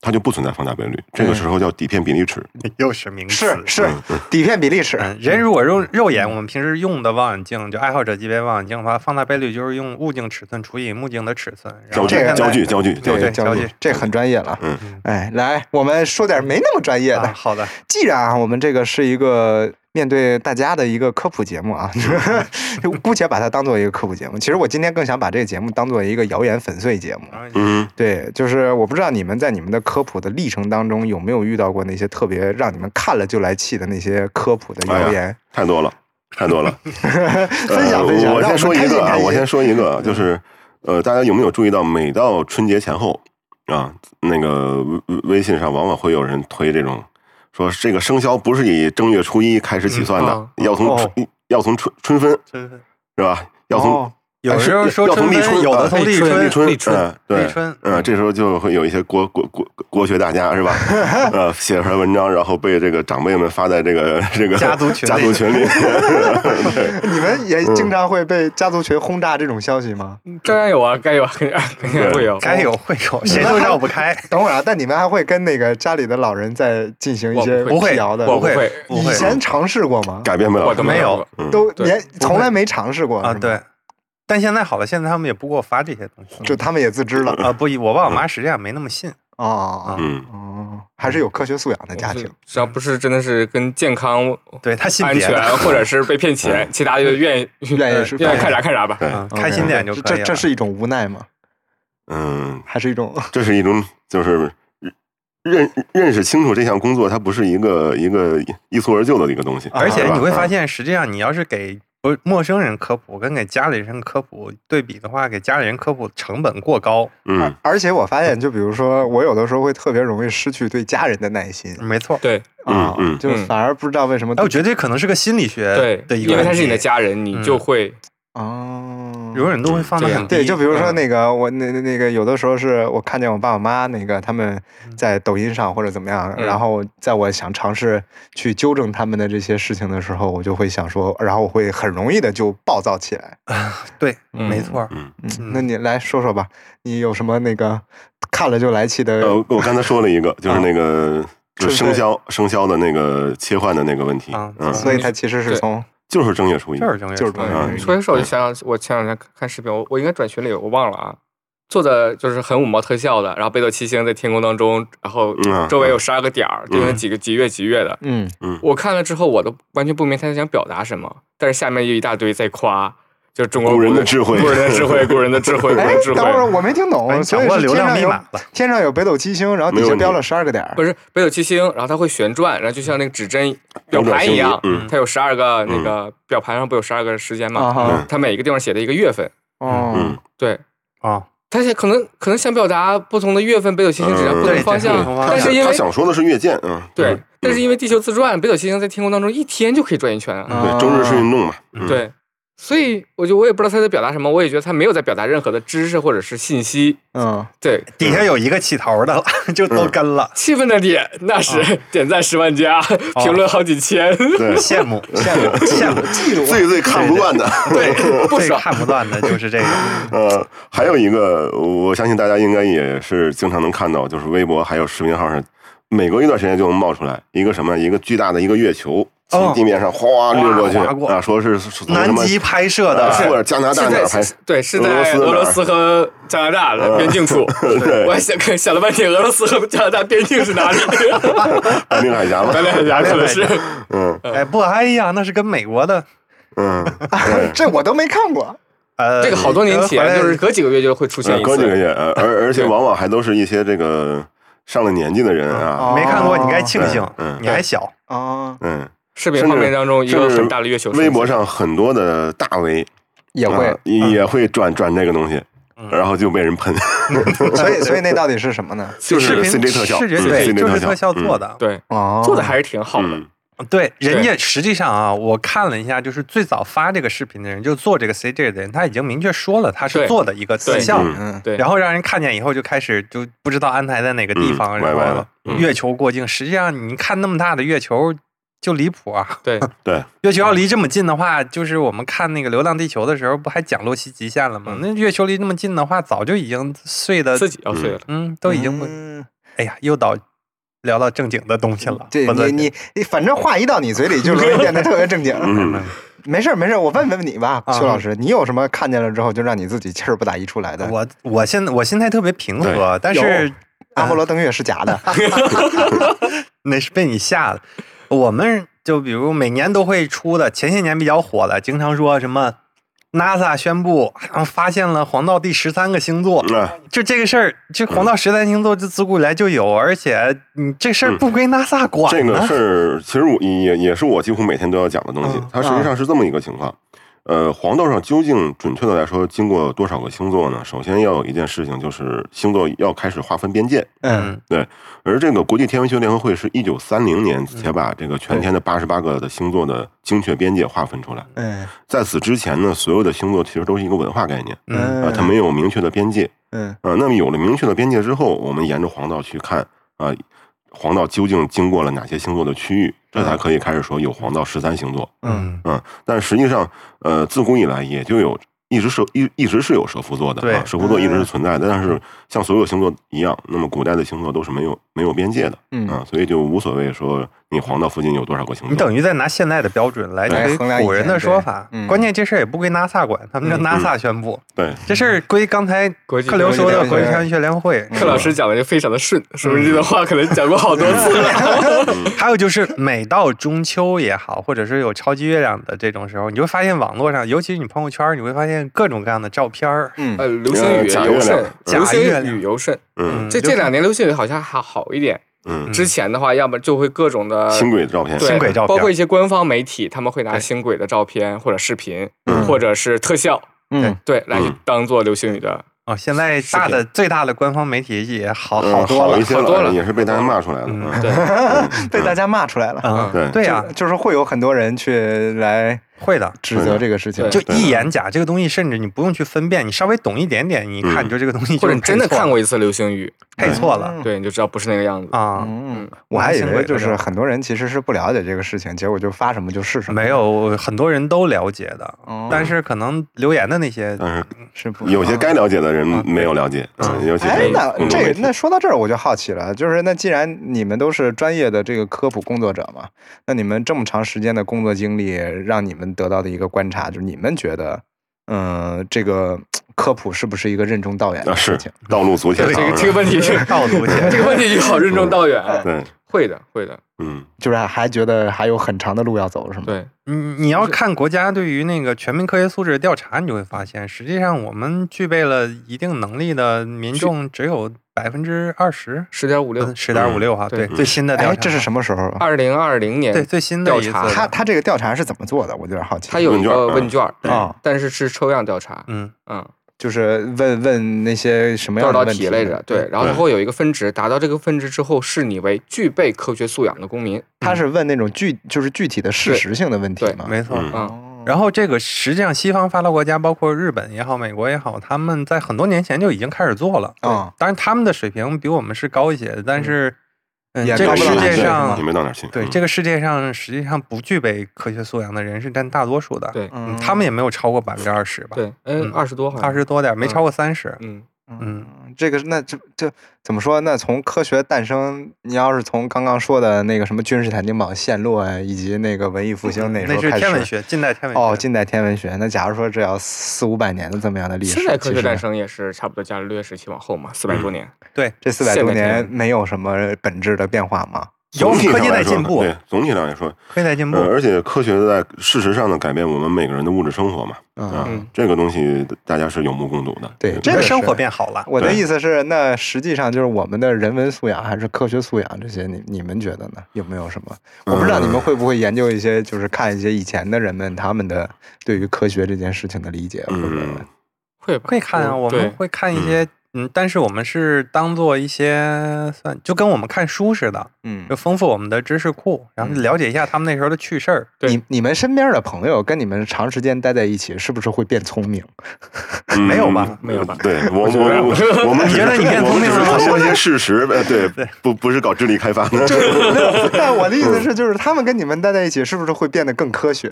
E: 它就不存在放大倍率，这个时候叫底片比例尺。
C: 又是名词。
B: 是是底片比例尺，
C: 嗯，人如果用肉眼，我们平时用的望远镜，就爱好者级别望远镜的话，放大倍率就是用物镜尺寸除以目镜的尺寸，然
E: 焦
C: 后
E: 距
B: 这个
C: 看
E: 焦
C: 看
E: 距焦距焦
C: 对
E: 距
C: 对，
B: 焦
C: 焦
B: 距
C: 距。
B: 哎这很专业了。
E: 嗯
B: 哎，来，我们说点没那么专业
C: 啊
B: 的。
C: 好的，
B: 既然啊，我们这个是一个面对大家的一个科普节目 啊，就姑且把它当做一个科普节目。其实我今天更想把这个节目当做一个谣言粉碎节目。
C: 然后
E: 嗯，
B: 对，就是我不知道你们在你们的科普的历程当中有没有遇到过那些特别让你们看了就来气的那些科普的
E: 哎
B: 谣
E: 呀
B: 言，
E: 太多了，太多了。
B: 分享分享，
E: 呃我
B: 让
E: 先
B: 们
E: 说一
B: 开心
E: 个啊，
B: 开心
E: 我先说一个，就是呃，大家有没有注意到，每到春节前后啊，那个微微微信上往往会有人推这种，说这个生肖不是以正月初一开始起算的，
D: 嗯
E: 要从
C: 哦
E: 春、要从春春分
C: 真是
E: 是吧？要从、哎
B: 哦
C: 有时候
E: 是
C: 说
E: 要从
C: 春
E: 立
C: 分，
E: 春
C: 有的
E: 啊
C: 从
D: 立
C: 立
D: 春
C: 春
D: 立，春
E: 立春，嗯、对，
C: 立春
E: 嗯，这时候就会有一些国国国国国学大家是吧？ 呃，写出来文章，然后被这个长辈们发在这个这个
C: 家族群
E: 家
C: 里
E: 族群 里，
B: 你们也经常会被家族群轰炸这种消息吗？
E: 嗯
D: 当然有啊，该有啊，肯定肯定会有。
C: 该有会有，谁都绕不开。
B: 等会儿啊，但你们还会跟那个家里的老人在进行一些
D: 我
C: 不会
B: 辟谣的？
D: 我
C: 不
D: 会
C: 不会
B: 以前尝试过吗？
E: 改变不了。嗯
D: 我都
C: 没有
D: 过
B: 都
D: 对
B: 连
C: 嗯会
B: 从来没尝试过
C: 啊，
B: 是吗
C: 对。但现在好了，现在他们也不给我发这些东西
B: 就他们也自知了
C: 啊。不，我爸我妈实际上没那么信。
B: 哦哦哦
E: 嗯，
B: 哦，还是有科学素养的家庭。
D: 只要不是真的是跟健康、
C: 对他信
D: 嗯安
C: 别
D: 全
C: 的，
D: 或者是被骗钱，其他就愿意
C: 呃
B: 愿意是
D: 愿意看啥看啥吧。
E: 对，
C: 嗯，开心点就可以
B: 这
C: 了。
B: 这是一种无奈吗？
E: 嗯，
B: 还是一种
E: 这是一种就是认认识清楚这项工作，它不是一个一个一蹴而就的一个东西。
D: 啊
C: 而且
E: 对吧
C: 你会
E: 嗯
C: 发现，实际上你要是给不陌生人科普，跟给家里人科普对比的话，给家里人科普成本过高。
E: 嗯，
B: 而且我发现，就比如说，我有的时候会特别容易失去对家人的耐心
C: 没错，
D: 对
B: 啊，
E: 嗯嗯
B: 就反而不知道为什么
C: 嗯哎，我觉得这可能是个心理
E: 呃
C: 学
D: 对
C: 的，一个，
D: 因为他是你的，家人，你
E: 嗯
D: 就会
B: 哦，
C: 容忍度会放得
D: 啊
C: 很低。
B: 对，就比如
C: 嗯
B: 说那个我那那那个有的时候是我看见我爸我妈那个他们
C: 嗯
B: 在抖音上或者怎么样，
D: 嗯
B: 然后在我想尝试去纠正他们的这些事情的时候，我就会想说，然后我会很容易的就暴躁起来。
C: 对，
D: 嗯
C: 没错。
B: 嗯，
C: 嗯
B: 那你来说说吧，你有什么那个看了就来气的？
E: 呃，我我刚才说了一个，就是那个就是
B: 春分
E: 生肖生肖的那个切换的那个问题
C: 啊，
E: 嗯，
B: 所以它其实是
D: 对
B: 从
E: 就是正月初一，
C: 就是正月
B: 就是
C: 初一
B: 这样
E: 嗯
D: 你说起说，我就想想，我前两天看看视频，我我应该转群里，我忘了啊。做的就是很五毛特效的，然后北斗七星在天空当中，然后
E: 嗯啊
D: 周围有十二个点儿，对应
E: 嗯
D: 几个几月几月的。
B: 嗯
D: 我看了之后，我都完全不明白他想表达什么，但是下面有一大堆在夸，就是中国
E: 古人的智慧
D: 古人的智慧，古人的智慧，古人
B: 哎
D: 的，智
B: 等会儿
D: 慧。
B: 我没听
C: 哎
B: 懂，
C: 你
B: 所
C: 掌
B: 以
C: 握
B: 是
C: 流
B: 天
C: 量
B: 上
C: 密
B: 有
C: 码了。
B: 天上有北斗七星，然后
E: 没
B: 底下
E: 问题
B: 标了十二个点儿
D: 不是北斗七星，然后它会旋转，然后就像那个指针表
E: 标准
D: 盘一样，
E: 嗯
D: 它有十二个那个表盘上不有十二个时间
B: 啊
D: 吗？
B: 哈
E: 嗯
D: 它每个地方写了一个月份，
B: 哦
E: 嗯，
D: 对，
C: 啊，
D: 他是可能可能想表达不同的月份，北斗七星指向不同
C: 对
D: 方
C: 这是
D: 向
C: 不同，方
D: 但
C: 向
D: 是因
E: 他
D: 为
E: 嗯想说的是越界，嗯，
D: 对
E: 嗯，
D: 但是因为地球自转，北斗七星在天空当中一天就可以转一圈啊。
B: 啊
E: 嗯对周日是运动嘛，嗯，
D: 对，所以我就我也不知道他在表达什么，我也觉得他没有在表达任何的知识或者是信息。
B: 嗯，。
D: 对，
C: 底下有一个起头的了，就都跟了，
D: 气氛的点那
E: 啊
D: 是、点赞十万加，
E: 哦
D: 评论好 几千，
E: 对，
C: 羡慕羡慕羡慕，嫉妒
E: 最最看不惯的，
D: 对，不
C: 最
D: 爽。
C: 看不惯的就是这个，
E: 呃，还有一个，我相信大家应该也是经常能看到，就是微博还有视频号上，每隔一段时间就能冒出来一个什么，一个巨大的一个月球从
C: 哦
E: 地面上哗掠过去
C: 划过
E: 啊，说是是从什
C: 南
E: 么
C: 极拍摄
E: 啊
C: 的
E: 或者加拿大
D: 是
E: 哪儿
D: 在
E: 拍
D: 是对是
E: 俄罗
D: 在
E: 斯哪
D: 俄罗
E: 儿嗯
D: 斯和加拿大的边境 处，
E: 对
D: 我还想想了半天，俄罗斯和加拿大边境是 哪里？
E: 白令海峡嘛，
D: 咱俩俩可能是
E: 嗯
C: 哎，不，哎呀，那是跟美国的，
E: 嗯，对
B: 这我都没看过。
C: 呃，
D: 这个好多年
C: 回来
D: 前，就是隔几个月就会出现
E: 呃
D: 一
E: 隔几个
D: 次。
E: 月，呃而而且往往还都是一些这个上了年纪的人啊，
C: 没看过，你该庆幸
E: 哦嗯，嗯
C: 你还小，
B: 啊，
E: 嗯，
D: 视频
E: 甚
D: 画
E: 至
D: 面当中一个
E: 甚至
D: 很大的月球出现，
E: 微博上很多的大 V
B: 也会
E: 啊，
C: 嗯
E: 也会转转这个东西，然后就被人喷，
B: 所以所以那到底是什么呢？
E: 就是
C: 视频
E: CG 特效，
C: 视觉
E: 嗯
C: 对
E: CG
C: 就是
E: 效
C: 特效做，的，
D: 对
B: 哦，
D: 做的还是挺好的。
E: 嗯
C: 对，人
D: 对
C: 家实际上啊，我看了一下，就是最早发这个视频的人，就做这个 CG 的人，他已经明确说了他
D: 对
C: 是做的一个特
D: 对
C: 效，
E: 嗯
B: 嗯
D: 对，
C: 然后让人看见以后就开始就不知道安排在哪个地
E: 嗯
C: 方，
E: 歪
C: 然
E: 歪
C: 后
E: 了嗯
C: 月球过境。实际上你看那么大的月球就离谱啊！
D: 对，
E: 对，
C: 月球要离这么近的话，就是我们看那个《流浪地球》的时候，不还讲洛希极限了吗？
E: 嗯
C: 那月球离那么近的话，早就已经碎的，
D: 自己要碎了。
C: 嗯，都已经不，
B: 嗯
C: 哎呀，又到聊到正经的东西了。
B: 这
C: 不能
B: 嗯你你你，反正话一到你嘴里就容易变得特别正经。
E: 嗯，
B: 没事儿没事儿，我问问你吧，
C: 啊
B: 邱老师，你有什么看见了之后就让你自己气儿不打一处来的？
C: 我我现我心态特别平和，但是
B: 阿波罗登月是假的，
C: 那是被你吓的。我们就比如每年都会出的，前些年比较火的，经常说什么 NASA 宣布啊发现了黄道第十三个星座，
E: 啊，
C: 就这个事儿，就
E: 嗯
C: 黄道十三星座就自古以来就有，而且你这事儿不归 NASA
E: 嗯
C: 管
E: 这个
C: 呢
E: 事儿其实我也也是我几乎每天都要讲的东西
C: 嗯。
E: 它实际上是这么一个情况，呃，黄道上究竟准确的来说，经过多少个星座呢？首先要有一件事情，就是星座要开始划分边界。
B: 嗯，
E: 而这个国际天文学联合会是一九三零
C: 嗯
E: 年才把这个全天的八十八个的星座的精确边界划分出来。
B: 嗯
E: 在此之前呢，所有的星座其实都是一个文化概念，
C: 嗯
E: 啊，它没有明确的边界。
B: 嗯
E: 啊，那么有了明确的边界之后，我们沿着黄道去看啊，黄道究竟经过了哪些星座的区域，这才可以开始说有黄道十三星座。
C: 嗯，
E: 嗯，但实际上，呃，自古以来也就有，一直是一一直是有蛇夫座的，
C: 对嗯
E: 啊，蛇夫座一直是存在的。但是像所有星座一样，那么古代的星座都是没有没有边界的，
B: 嗯
E: 啊，所以就无所谓说你黄道附近有多少个星座。
C: 嗯你等于在拿现在的标准来
B: 来
C: 推
B: 衡量以
C: 古人
B: 前
C: 的
B: 对
C: 说法
B: 嗯，
C: 关键这事儿也不归 NASA 管，他
E: 嗯
C: 们叫 NASA 宣布，
E: 对，
C: 这事儿归刚才
D: 国际
C: 克刘说的
B: 天文学
C: 国际天文学联合会。
E: 嗯
D: 克老师讲的就非常的顺，说明这段话可能讲过好多
E: 嗯
D: 次了。
C: 嗯还有就是，每到中秋也好，或者是有超级月亮的这种时候，你就会发现网络上，尤其是你朋友圈儿，你会发现各种各样的照片儿。
B: 嗯
D: 呃，流星雨
E: 假
D: 尤
E: 月亮
D: 甚，
C: 假
D: 流
C: 月
D: 星
C: 亮
D: 雨尤甚。
E: 嗯
C: 嗯
D: 这
C: 就是
D: 这两年流星雨好像还好一点，
E: 嗯，
D: 之前的话，要么就会各种的
E: 轻轨的照片，
D: 对
C: 轻轨照片
D: 包括一些官方媒体，他们会拿轻轨的照片或者视频，
E: 嗯
D: 或者是特效，
B: 嗯，
D: 对，来去
E: 嗯
D: 当做流星雨的。
C: 哦，现在
D: 视频
C: 大的最大的官方媒体也好
E: 嗯
C: 好多了
E: 一。些
D: 好多了
E: 也是被大家骂出来的。
C: 嗯
E: 嗯
D: 对，
B: 被大家骂出来了，
C: 嗯，
E: 对
C: 对呀，
B: 就是会有很多人去来
C: 会的。
B: 指责这个事情
D: 对，
C: 就一眼假这个东西，甚至你不用去分辨，你稍微懂一点点，你一
E: 嗯
C: 看你就这个东西就
D: 或者
C: 是
D: 你真的
C: 配错
D: 看过一次流星雨，
C: 配错了
B: 嗯
D: 对，你就知道不是那个样子。
C: 啊。
B: 嗯，我
C: 我
B: 还
C: 还
B: 以
C: 以
B: 为
C: 为
B: 就
C: 就是是
B: 很多人其实是不了解这个事情，结果就发什么就是
D: 嗯
B: 什么，
C: 没有，很多人都了解的
B: 哦，
C: 但是可能留言的那些，
E: 但是
B: 是不啊
E: 有些该了解的人没有了解，嗯，尤其
B: 哎
E: 是，
B: 那
E: 公众
B: 这
E: 媒
B: 个
E: 体
B: 那说到这儿我就好奇了，就是那既然你们都是专业的这个科普工作者嘛，那你们这么长时间的工作经历，让你们得到的一个观察，就是你们觉得，嗯、这个科普是不是一个任重道远
E: 啊
B: 的事
E: 是
B: 情？
E: 道路阻
D: 这
E: 且
D: 个这
E: 长
D: 个
E: 了
D: 这个问题是，
C: 道路去
D: 这个问题就好任重道远。
E: 对，
D: 会的，会的，
E: 嗯
B: 就是还觉得还有很长的路要走，是吗？
D: 对，
C: 你你要看国家对于那个全民科学素质的调查，你就会发现，实际上我们具备了一定能力的民众只有百分之二十，嗯
D: 十点五六，
C: 十点五六哈，
D: 对
C: 对最新的调
B: 哎，
C: 查，
B: 这是什么时候啊？
D: 二零二零年
C: 对最新的
D: 调
C: 一次
D: 查
C: 的
B: 他他这个调查是怎么做的？我有点好奇。
D: 它有一个
E: 问
D: 问
E: 卷
D: 卷儿
B: 嗯啊
D: 但是是抽样调查，
C: 嗯，
D: 嗯，
B: 就是问问那些什么
D: 多
B: 样
D: 少
B: 的
D: 道
B: 问题
D: 题来着？对，然后
E: 对
D: 它会有一个分值，达到这个分值之后，视你为具备科学素养的公民。
B: 他是问那种具就是具体的事实性的问题
D: 对
B: 嘛？
C: 没错。
E: 嗯
D: 啊
B: 哦
C: 然后这个实际上西方发达国家，包括日本也好，美国也好，他们在很多年前就已经开始做了。
B: 啊
C: 当然，他们的水平比我们是高一些的，但是，嗯，
B: 也
C: 这
B: 高
C: 个
B: 不了
C: 世
B: 哪
C: 界
B: 儿去
C: 上
E: 也，没到哪儿去。
C: 对
E: 嗯
C: 这个世界上实际上不具备科学素养的人是占大多数的。
D: 对
C: 嗯，他们也没有超过百分之二十吧？，
D: 对，嗯，
C: 嗯
D: 二十多好像，
C: 二十多点儿，没
D: 嗯
C: 超过三十。
D: 嗯，
C: 嗯
B: 嗯，这个是那这这怎么说？那从科学诞生，你要是从刚刚说的那个什么君士坦丁堡陷落啊，以及那个文艺复兴那时
C: 嗯那
B: 候
C: 是
B: 开始，
C: 天文学，近代天文学。
B: 哦，近代天文学。那假如说这要四五百年的这么样的历史，
D: 现代科
B: 其
D: 学
B: 实
D: 诞生也是差不多伽利略时期往后嘛，四百
E: 嗯
D: 多年。
C: 对，
B: 这四百多
D: 现代天
B: 年
D: 文
B: 没有什么本质的变化吗？
C: 有
E: 总体
C: 科
E: 上
C: 技在
E: 来说
C: 进步，嗯
E: 对，总体上来说，
C: 科技在进步
E: 呃，。而且科学在事实上的改变我们每个人的物质生活嘛，
B: 嗯，
E: 啊
D: 嗯，
E: 这个东西大家是有目共睹的。
B: 对
E: 这
B: 这
C: 我
B: 个
C: 们生
B: 是
C: 活变好了，
B: 嗯我的
E: 对
B: 意思是，那实际上就是我们的人文素养还是科学素养这些，你你们觉得呢？有没有什么？我不知道你
C: 嗯
B: 们会不会研究一些，就是看一些以前的人们他们的对于科学这件事情的理解，或者
E: 嗯
D: 会吧？
C: 会看啊，
D: 嗯
C: 我们
D: 对
C: 会看一些，嗯，但是我们是当做一些算，就跟我们看书似的，
B: 嗯
C: 就丰富我们的知识库，然后了解一下他们那时候的趣事儿。
D: 对
B: 你你们身边的朋友跟你们长时间待在一起，是不是会变聪 明？
E: 嗯
C: 没有吧
D: 没有吧
E: 对我
D: 觉得
E: 我我 我们只
C: 你觉得
E: 是
C: 你变
E: 我
C: 聪
E: 们只
C: 明
E: 是
C: 了吗
E: 传播一 些事实，呃，对，不不是搞智力开发的。
B: 但我的意思是，就是他们跟你们待在一起，是不是会变得更科学？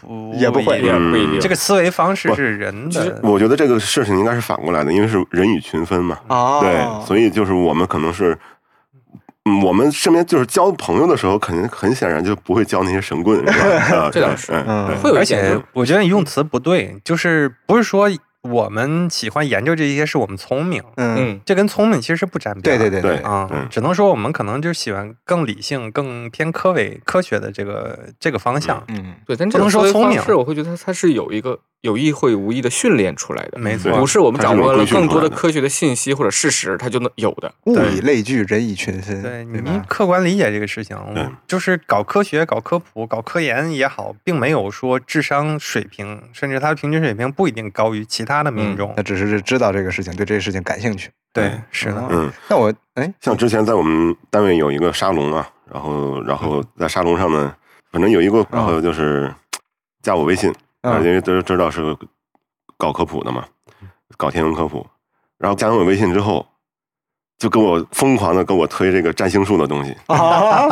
C: 不
B: 也不会
C: 一定
E: 嗯
D: 不一定
C: 这个思维方式是人
E: 其实
C: 的，
E: 我觉得这个事情应该是反过来的，因为是人以群分嘛。
B: 啊
D: 哦
E: 对，所以就是我们可能是，嗯，我们身边就是交朋友的时候，肯定很显然就不会交那些神棍， 是吧？啊，
D: 这倒是
E: 对嗯，
B: 嗯
E: 对
D: 会有
C: 而
D: 一点
C: 且
D: 就
C: 我觉得你用词不对，就是不是说我们喜欢研究这些是我们聪明，
B: 嗯，
D: 嗯，
C: 这跟聪明其实是不沾边
B: 对
C: 儿
B: 对
C: 的。
B: 对
E: 对
C: 啊、
E: 嗯
C: 只能说我们可能就喜欢更理性、更偏科伪科学的这个这个方向。
B: 嗯
D: 对，但
C: 不
D: 这种
C: 能说
D: 思维
C: 聪
D: 方
C: 明
D: 式，我会觉得它它是有一个有意会无意的训练出来的，
C: 嗯没错，
E: 对
D: 不是我们掌握
E: 它
D: 了
E: 是有规训
D: 更多的
E: 出来的
D: 科学的信息或者事实，它就能有的。
B: 物以类聚，人以群分，
C: 对你
B: 对吧？
C: 客观理解这个事情
E: 对，
C: 就是搞科学、搞科普、搞科研也好，并没有说智商水平，甚至他的平均水平不一定高于其他的民
D: 嗯
C: 众。
B: 那只是知道这个事情，对这个事情感兴趣。
C: 对，是的，
E: 嗯，
B: 那我哎，
E: 像之前在我们单位有一个沙龙啊，然后然后在沙龙上呢，反正有一个，然
D: 嗯
E: 后就是加我微信，啊，因
B: 嗯
E: 为都知道是搞科普的嘛，搞天文科普。然后加完我微信之后，就跟我疯狂的跟我推这个占星术的东西，
D: 哦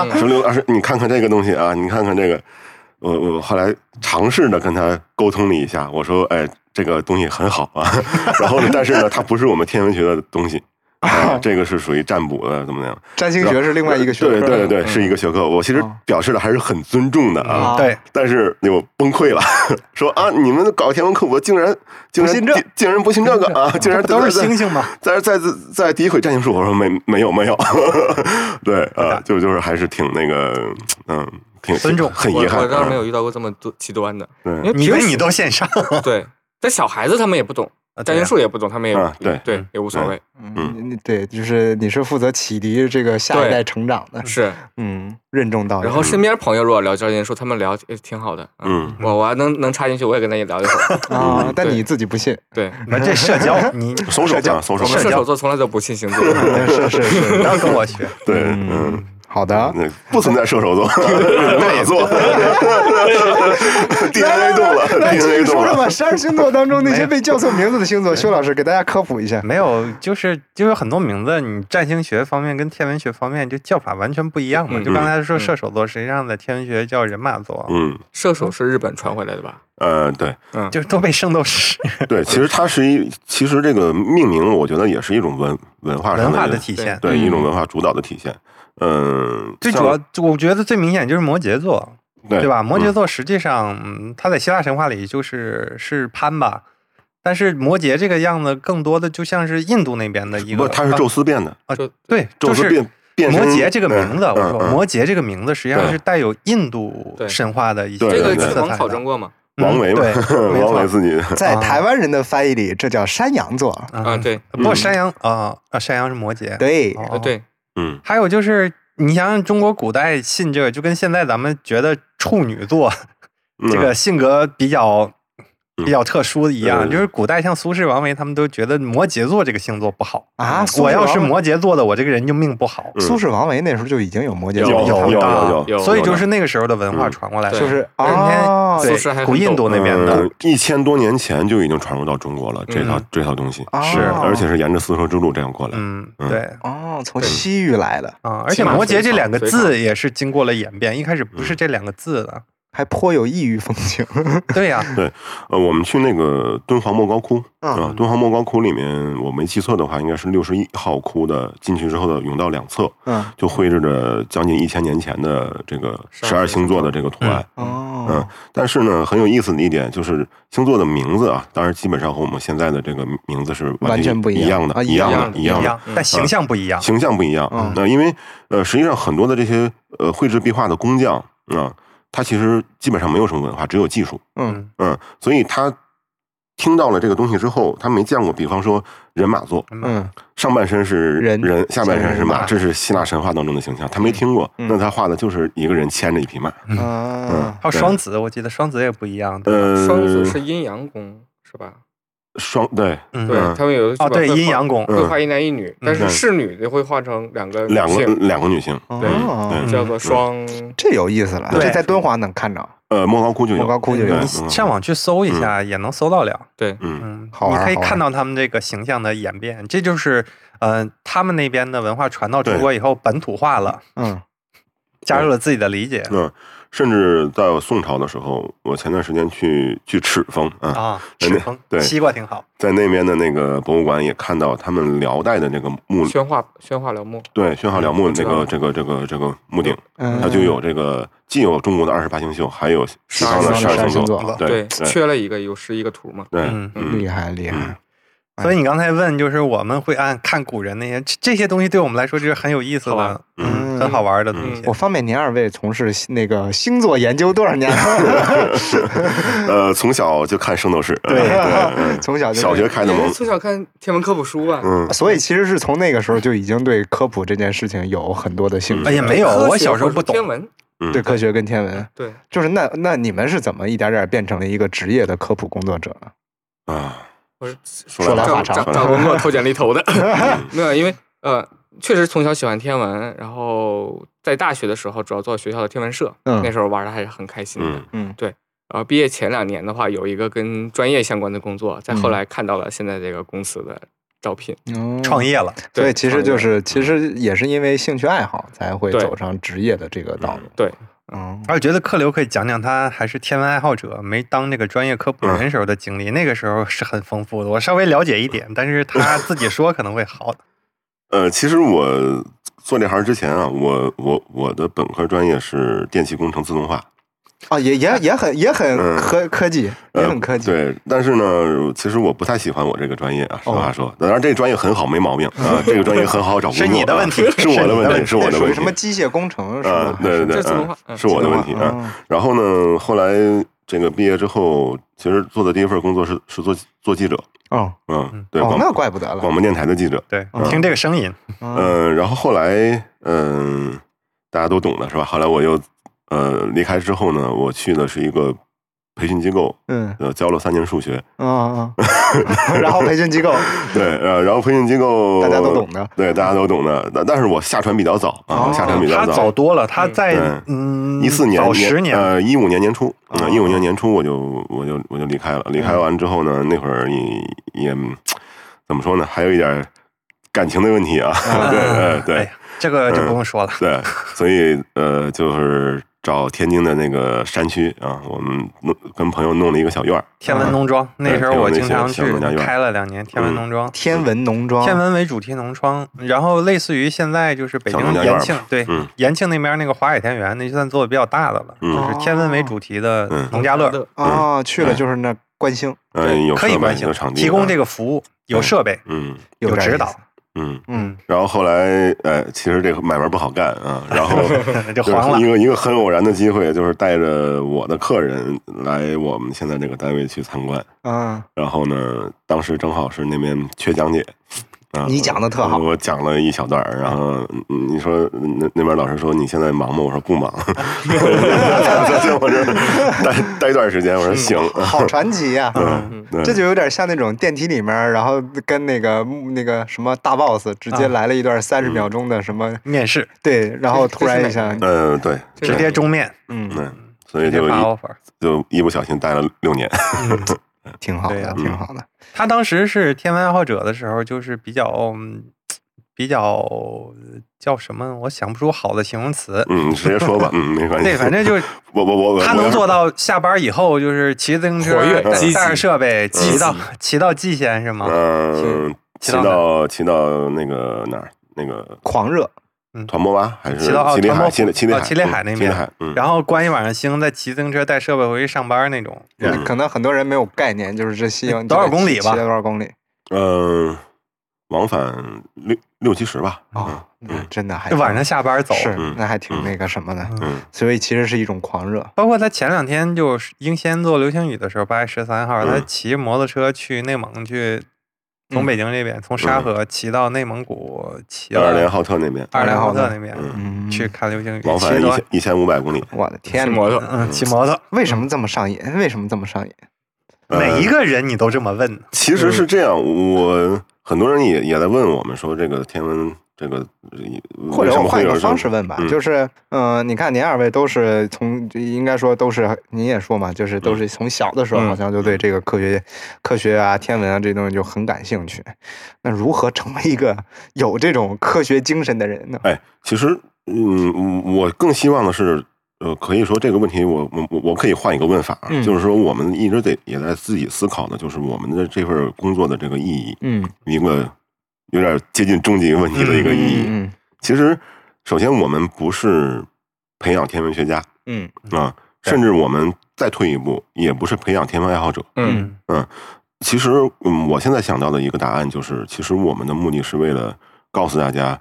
D: 嗯
B: 啊，
E: 说刘老师，你看看这个东西啊，你看看这个。我我后来尝试的跟他沟通了一下，我说，哎，这个东西很好啊。 然后呢，但是呢，它不是我们天文学的东西。 啊，这个是属于占卜的，怎么样？
B: 占星学是另外一个学科，嗯
E: 对对对对，是一个学科。我其实
B: 啊
E: 表示的还是很尊重的啊，
B: 啊
C: 对，
E: 但是我崩溃了， 说啊，你们搞天文科普竟然竟然
B: 不信这
E: 竟竟然不信这个 啊，竟然
C: 这不都是
E: 在
C: 星星吗？
E: 在在在在诋毁占星术，我说没没有没有， 对啊，就就是还是挺那个嗯，挺
C: 尊重
E: 很
D: 我
E: 遗憾
D: 我倒是没
E: 啊。
D: 有遇到过这么多极端的，
E: 对
D: 因为
C: 你
D: 平
C: 跟你
D: 时
C: 都线上，
D: 对，但小孩子他们也不懂，
C: 啊对
D: 占星术也不懂，他们也
E: 啊对
D: 对也无所谓，
B: 嗯，你对，就是你是负责启迪这个下一
D: 对
B: 代成长的，
D: 是。
B: 嗯，任重道远。
D: 然后身边朋友如果聊占星术，他们聊也挺好的，
E: 嗯，
D: 我我还能能插进去，我也跟他聊一会 儿。
B: 啊，但
D: 对
B: 你自己不信，
D: 对，
C: 你们这社交，你
E: 搜手啊，搜
D: 我们
E: 手
D: 射
C: 社交
D: 手座从来都不信星 座，
B: 嗯是是
C: 不
B: 是，
C: 要跟我学。
E: 对，嗯，
B: 好的，
E: 那不存在射手座， 摩羯座，DNA 动了
B: 来，继续
E: ，DNA 动
B: 说说吧，
E: 了，
B: 十二星座当中那些被叫错名字的星座，修老师给大家科普一下。
E: 嗯
C: 没有，就是就有很多名字，你占星学方面跟天文学方面就叫法完全不一样嘛。
D: 嗯
C: 就刚才说
D: 嗯
C: 射手座，实际上在天文学叫人马座，
E: 嗯
D: 射手是日本传回来的吧？
E: 呃，对。
D: 嗯，
C: 就都被圣斗士
E: 对，其实它是一，其实这个命名，我觉得也是一种文文化上
C: 文化
E: 一个
C: 的体现。
E: 啊对
D: 嗯
E: 一种文化主导的体现。嗯，
C: 最
E: 像
C: 主要，我觉得最明显就是摩羯座，
E: 对
C: 对吧？摩羯
E: 嗯
C: 座实际上，嗯，它在希腊神话里就是是潘吧，但是摩羯这个样子更多的就像是印度那边的一
E: 不，
C: 个，
E: 它是宙斯变的，
C: 啊，
D: 宙
C: 对，
E: 宙
C: 就
E: 斯
C: 是
E: 变变身
C: 摩羯这个名字，
E: 嗯
C: 我说
E: 嗯嗯
C: 摩羯这个名字实际上
E: 对
C: 是带有印度
D: 对
C: 神话的一些
E: 对
D: 这个
E: 对对
D: 去
C: 色
D: 网
C: 彩
D: 考
C: 的
D: 证过吗？
C: 嗯
E: 王维嘛
C: 对， 没
E: 王维
C: 错
E: 自己
B: 在台湾人的翻译里，这叫山羊座。
D: 啊，
C: 啊，
D: 对，
C: 不过
E: 嗯
C: 山羊啊啊，山羊是摩羯，
B: 对，
C: 哦
D: 呃，对，
E: 嗯
C: 还有就是，你想想中国古代信这个，就跟现在咱们觉得处女座
E: 嗯
C: 这个性格比较比较特殊的一样，就是古代像苏轼、王维他们都觉得摩羯座这个星座不好嗯
B: 啊苏轼
C: 我要是
B: 王维
C: 摩羯座的，我这个人就命不好。
E: 嗯
B: 苏轼、王维那时候就已经有摩羯
E: 有
B: 座
E: 有有
B: 了
E: 有
C: 的
E: 有有，
C: 所以
E: 有
C: 就
E: 的嗯
C: 是那个时候的文化传过来的，
D: 对
B: 就是
C: 而且
E: 哦
B: 啊，
C: 对
D: 苏轼还很
C: 古印度那边的
E: 嗯，一千多年前就已经传入到中国了，这套这套东西
B: 啊
C: 是
E: 而且是沿着丝绸之路这样过来。
C: 哦嗯，
E: 嗯
C: 对
B: 哦，从西域来的，
C: 啊，而且
D: 起码
C: 摩羯这
D: 隋朝
C: 两个
D: 隋朝
C: 字也是经过了演变，一开始不
E: 嗯
C: 是这两个字的，
B: 还颇有异域风情。
C: 对呀，
E: 呃，我们去那个敦煌莫高窟
B: 嗯
E: 啊，敦煌莫高窟里面，我没记错的话，应该是六十一号窟的进去之后的甬道两侧，
B: 嗯，
E: 就绘制着将近一千年前的这个十二
D: 12
E: 星座的这个图案。嗯
B: 哦，，
E: 但是呢，很有意思的一点就是星座的名字啊，当然基本上和我们现在的这个名字是
B: 完全不一
E: 一
B: 样
E: 的，
B: 啊
E: 一
B: 一样
E: 样的，
D: 的
E: 一
D: 一
E: 样
C: 一
E: 的。嗯
C: 样，但形象不一样，
E: 形象不一样。
B: 嗯
E: 那因为呃，实际上很多的这些呃绘制壁画的工匠啊、他其实基本上没有什么文化，只有技术。
B: 嗯
E: 嗯，所以他听到了这个东西之后，他没见过，比方说人马座，
B: 嗯，
E: 上半身是
B: 人
E: 人下半
B: 下半
E: 身是
B: 身是
E: 马，
B: 马
E: 这是希腊神话当中的形象，他没听过。
B: 嗯
E: 那他画的就是一个人牵着一匹马。
B: 啊，
C: 还有双子，我记得双子也不一样的，
E: 呃，
D: 双子是阴阳宫是吧？
E: 双对
C: 嗯
D: 对他们有的
C: 哦，对，阴阳
D: 宫
C: 宫，
E: 嗯
D: 会画一男一女，但是
E: 嗯
D: 侍女的会画成两个
E: 两个
D: 性
E: 两个女性，
B: 哦
E: 对
B: 嗯
E: 对，
D: 叫做双
C: 嗯
B: 这有意思了，
C: 对
B: 这在敦煌能看着，
E: 呃，莫高窟就有，
B: 莫高窟就有
E: 对
C: 你上，网去搜一下也能搜到了。
D: 对
E: 嗯
C: 嗯，
B: 好
C: 你
B: 玩
C: 可以
B: 好玩
C: 看到他们这个形象的演变，这就是呃，他们那边的文化传到中
E: 对
C: 国以后本土化了，
B: 嗯
C: 加入了自己的理解
E: 嗯嗯，甚至在宋朝的时候，我前段时间去去赤峰啊，
C: 啊。
E: 人
C: 赤
E: 家
C: 峰
E: 对
C: 西瓜挺好，
E: 在那边的那个博物馆也看到他们辽代的这个墓，
D: 宣化宣化辽墓，
E: 对，宣化辽墓
D: 嗯
E: 那个
D: 我
E: 这个这个这个墓顶，
B: 嗯，
E: 它就有这个既有中国的二十八星宿，还有西方
D: 十
E: 的
D: 二
E: 十二
B: 星座
C: 哎
E: 座，对对
D: 缺了一个有是一个图嘛，
E: 对，
C: 嗯
E: 嗯
B: 厉害厉害，
C: 所
E: 哎
C: 以你刚才问，就是我们会按看古人那些这这些东西，对我们来说就是很有意思
D: 好
C: 的
D: 玩，
B: 嗯
C: 很好玩的东西。
B: 我方便您二位从事那个星座研究多少 年了？
E: 呃，从小就看《圣斗士》，
C: 对
E: 嗯
B: 从 小就
E: 小学开的
D: 因为
E: 蒙，
D: 从小哎看天文科普书吧，
E: 嗯，
B: 所以其实是从那个时候就已经对科普这件事情有很多的兴趣，
C: 哎呀，没有，
D: 科学
C: 我小时候
D: 或者
C: 不懂
D: 天文，
E: 嗯
B: 对科学跟天文，
D: 对，
B: 就是那那你们是怎么一点点变成了一个职业的科普工作者呢？
E: 啊，
D: 我是
E: 说来
B: 来
E: 话
B: 话
D: 找
B: 长
D: 找
E: 长，
D: 找工作投简历投的，没有，因为呃，确实从小喜欢天文，然后在大学的时候主要做学校的天文社，
B: 嗯
D: 那时候玩的还是很开心的。
E: 嗯
B: 嗯
D: 然后毕业前两年的话，有一个跟专业相关的工作，再后来看到了现在这个公司的招聘，
C: 创业了，
B: 所以
D: 对
B: 哦其实就是，其实也是因为兴趣爱好才会
D: 对
B: 走上职业的这个道路。
D: 对，
B: 嗯，
C: 而觉得客流可以讲讲他还是天文爱好者，没当这个专业科普
E: 嗯
C: 人时候的经历，那个时候是很丰富的。我稍微了解一点，但是
E: 嗯
C: 他自己说可能会好的。
E: 呃，其实我做这行之前啊，我我我的本科专业是电气工程自动化，
B: 啊，也也也很也很
E: 嗯
B: 科科技，也
E: 呃
B: 很科技。
E: 对，但是呢，其实我不太喜欢我这个专业啊，实话说，当然这个专业很好，没毛病啊，这个专业很好找工作啊，
C: 是你的问题
E: 是我的问题，是
C: 是
E: 我
B: 那
E: 的
B: 属
E: 问
B: 于
E: 题，
B: 什么机械工程是
E: 啊
B: 吧？？
E: 对对
D: 这
E: 对，
D: 自动化
E: 嗯
D: 嗯
E: 是我的问题啊。
B: 啊。
E: 然后呢，后来这个毕业之后，其实做的第一份工作是是做做记者，
B: 哦，
E: 嗯
C: 嗯，
E: 对，
B: 哦
E: 广
B: 那怪不得了
E: 广。播电台的记者，
C: 对
B: 嗯，
C: 听这个声音，
B: 嗯
E: 嗯，然后后来，嗯，大家都懂的是吧？后来我又呃离开之后呢，我去的是一个培训机构，
B: 嗯
E: 呃，教了三年数学，
B: 啊，嗯 然后培训机 构
E: 对，呃，然后培训机构
B: 大家都懂的，
E: 对，大家都懂的。但但是我下船比较早啊，
B: 哦
E: 下船比较
C: 他早
E: 早，
C: 多了，他在
E: 嗯
C: 嗯
E: 一四年
C: 早
E: 年
C: 十年，哎
E: 呃，一五年年初，嗯，一五
B: 哦
E: 年年初我就我就我就离开了。离
C: 嗯
E: 开完之后呢，那会儿也也嗯怎么说呢，还有一点感情的问题啊，
B: 啊
E: 对，呃
C: 哎
E: 对嗯
C: 呀，这个就不用说了。
E: 对，所以呃，就是找天津的那个山区啊，我们弄跟朋友弄了一个小院儿，
C: 天文农庄那时候我经常
E: 嗯
C: 去
E: 天文嗯农庄
C: 开了两年天文农庄，
B: 天文农
E: 哦
B: 庄，
C: 天文为主题农庄，然后类似于现在就是北
E: 小农
C: 京
E: 家院
C: 延
E: 吧
C: 庆对
E: 嗯
C: 延庆那边那个华海田园，那就算做的比较大的了，
E: 嗯
C: 就是天文为主题的
E: 嗯
C: 农家乐，
B: 啊，去了
E: 对
B: 就是那观星，
E: 嗯，有
C: 哎可以
E: 设备
C: 关心
E: 有场地，
C: 提供这
E: 个，
C: 个服务，有设备，
E: 嗯
C: 有
B: 点
C: 指
B: 意
C: 导
B: 思，，
E: 嗯。
B: 嗯，
E: 然后后来，呃，其实这个买卖不好干 啊。然后 就
C: 就
E: 是
C: 黄
E: 一
C: 了。
E: 个一个很偶然的机会，就是带着我的客人来我们现在这个单位去参观。
B: 啊
E: 然后呢，当时正好是那边缺讲解，啊，
B: 你讲得特好
E: 我我讲了一小段儿，然后嗯你说那那边老师说你现在忙吗？我说不忙， 我说待待一段时间，我说行，
B: 好传奇呀、
E: 嗯，对
B: 这就有点像那种电梯里面，然后跟那个那个什么大 boss 直接
C: 啊
B: 来了一段
E: 嗯
B: 三十秒钟的什么、
C: 面试
B: 对，然后突然一下
D: 这是哪，
E: 呃对，
D: 这
C: 直接中面，
B: 嗯，
E: 嗯，所以
C: 直接
E: 就
C: 发
E: 一
C: offer。
E: 就一不小心待了六年，
B: 挺好
C: 对
E: 啊
B: 的，
C: 呀
B: 挺好的。
C: 他当时是天文爱好者的时候，就是比较嗯比较叫什么，我想不出好的形容词。
E: 嗯，你直接说吧，嗯，没关系，
C: 对，反正就是
E: 我我我我
C: 他
E: 我要
C: 能
E: 是
C: 做到下班以后就是骑自行车
D: 活跃，
C: 带
D: 积极
C: 带着设备
D: 积极
C: 骑到骑到蓟县是吗？
E: 嗯，
C: 骑
E: 骑
C: 到
E: 到骑到那个哪儿？那个
B: 狂热，
E: 团泊洼还是
C: 骑到哦
E: 七里
C: 团泊
E: 海？七里七里
C: 哦
E: 海，
C: 七里海
E: 嗯七
C: 那
E: 里
C: 边
E: 海，嗯，
C: 然后关一晚上星，再骑自行车带设备回去上班那种。
E: 嗯
B: 可能很多人没有概念，就是这西
C: 嗯
B: 游
C: 多少公里吧
B: 骑了多少公里
E: 嗯，往返六六七十吧，
B: 哦，那真的还
C: 就晚上下班走。
B: 是
E: 嗯
B: 那还挺那个什么的，
E: 嗯
B: 所以其实是一种狂热。
C: 包括他前两天就是英仙做流星雨的时候，八月十三号，
E: 嗯
C: 他骑摩托车去内蒙去，从北京这边从沙河骑到内蒙古，骑
E: 嗯，二连
C: 到
E: 浩特那边，
C: 二连浩特
B: 嗯
C: 那边
B: 嗯，
C: 去看流星雨，
E: 往返
C: 骑
E: 一
C: 多
E: 千一千五百公 里，
B: 我的
D: 骑
B: 天哪，
D: 摩托，
C: 嗯骑摩托。
B: 为什么这么上瘾？ 为什么这么上瘾？
E: 呃
C: 每一个人你都这么问，
E: 其实是这样，我很多人也也在问我们说这个天文这个
B: 或
E: 嗯为
B: 者
E: 什
B: 我
E: 么
B: 换
E: 会
B: 一
E: 有
B: 个
E: 这种
B: 方式问吧，
E: 嗯
B: 就是，嗯、你看您二位都是从，应该说都是，您也说嘛，就是都是从小的时候
D: 嗯
B: 好像就对这个科学、科学啊、天文啊这东西就很感兴趣。那如何成为一个有这种科学精神的人呢？
E: 哎，其实，嗯，我更希望的是，呃，可以说这个问题我，我我我可以换一个问法啊，
B: 嗯
E: 就是说，我们一直得也在自己思考的，就是我们的这份工作的这个意义，
B: 嗯
E: 一个有点接近终极问题的一个意义。
B: 嗯
E: 其实，首先我们不是培养天文学家
B: 嗯
E: 啊，甚至我们再退一步，也不是培养天文爱好者。
D: 嗯，
E: 其实，嗯，我现在想到的一个答案就是，其实我们的目的是为了告诉大家，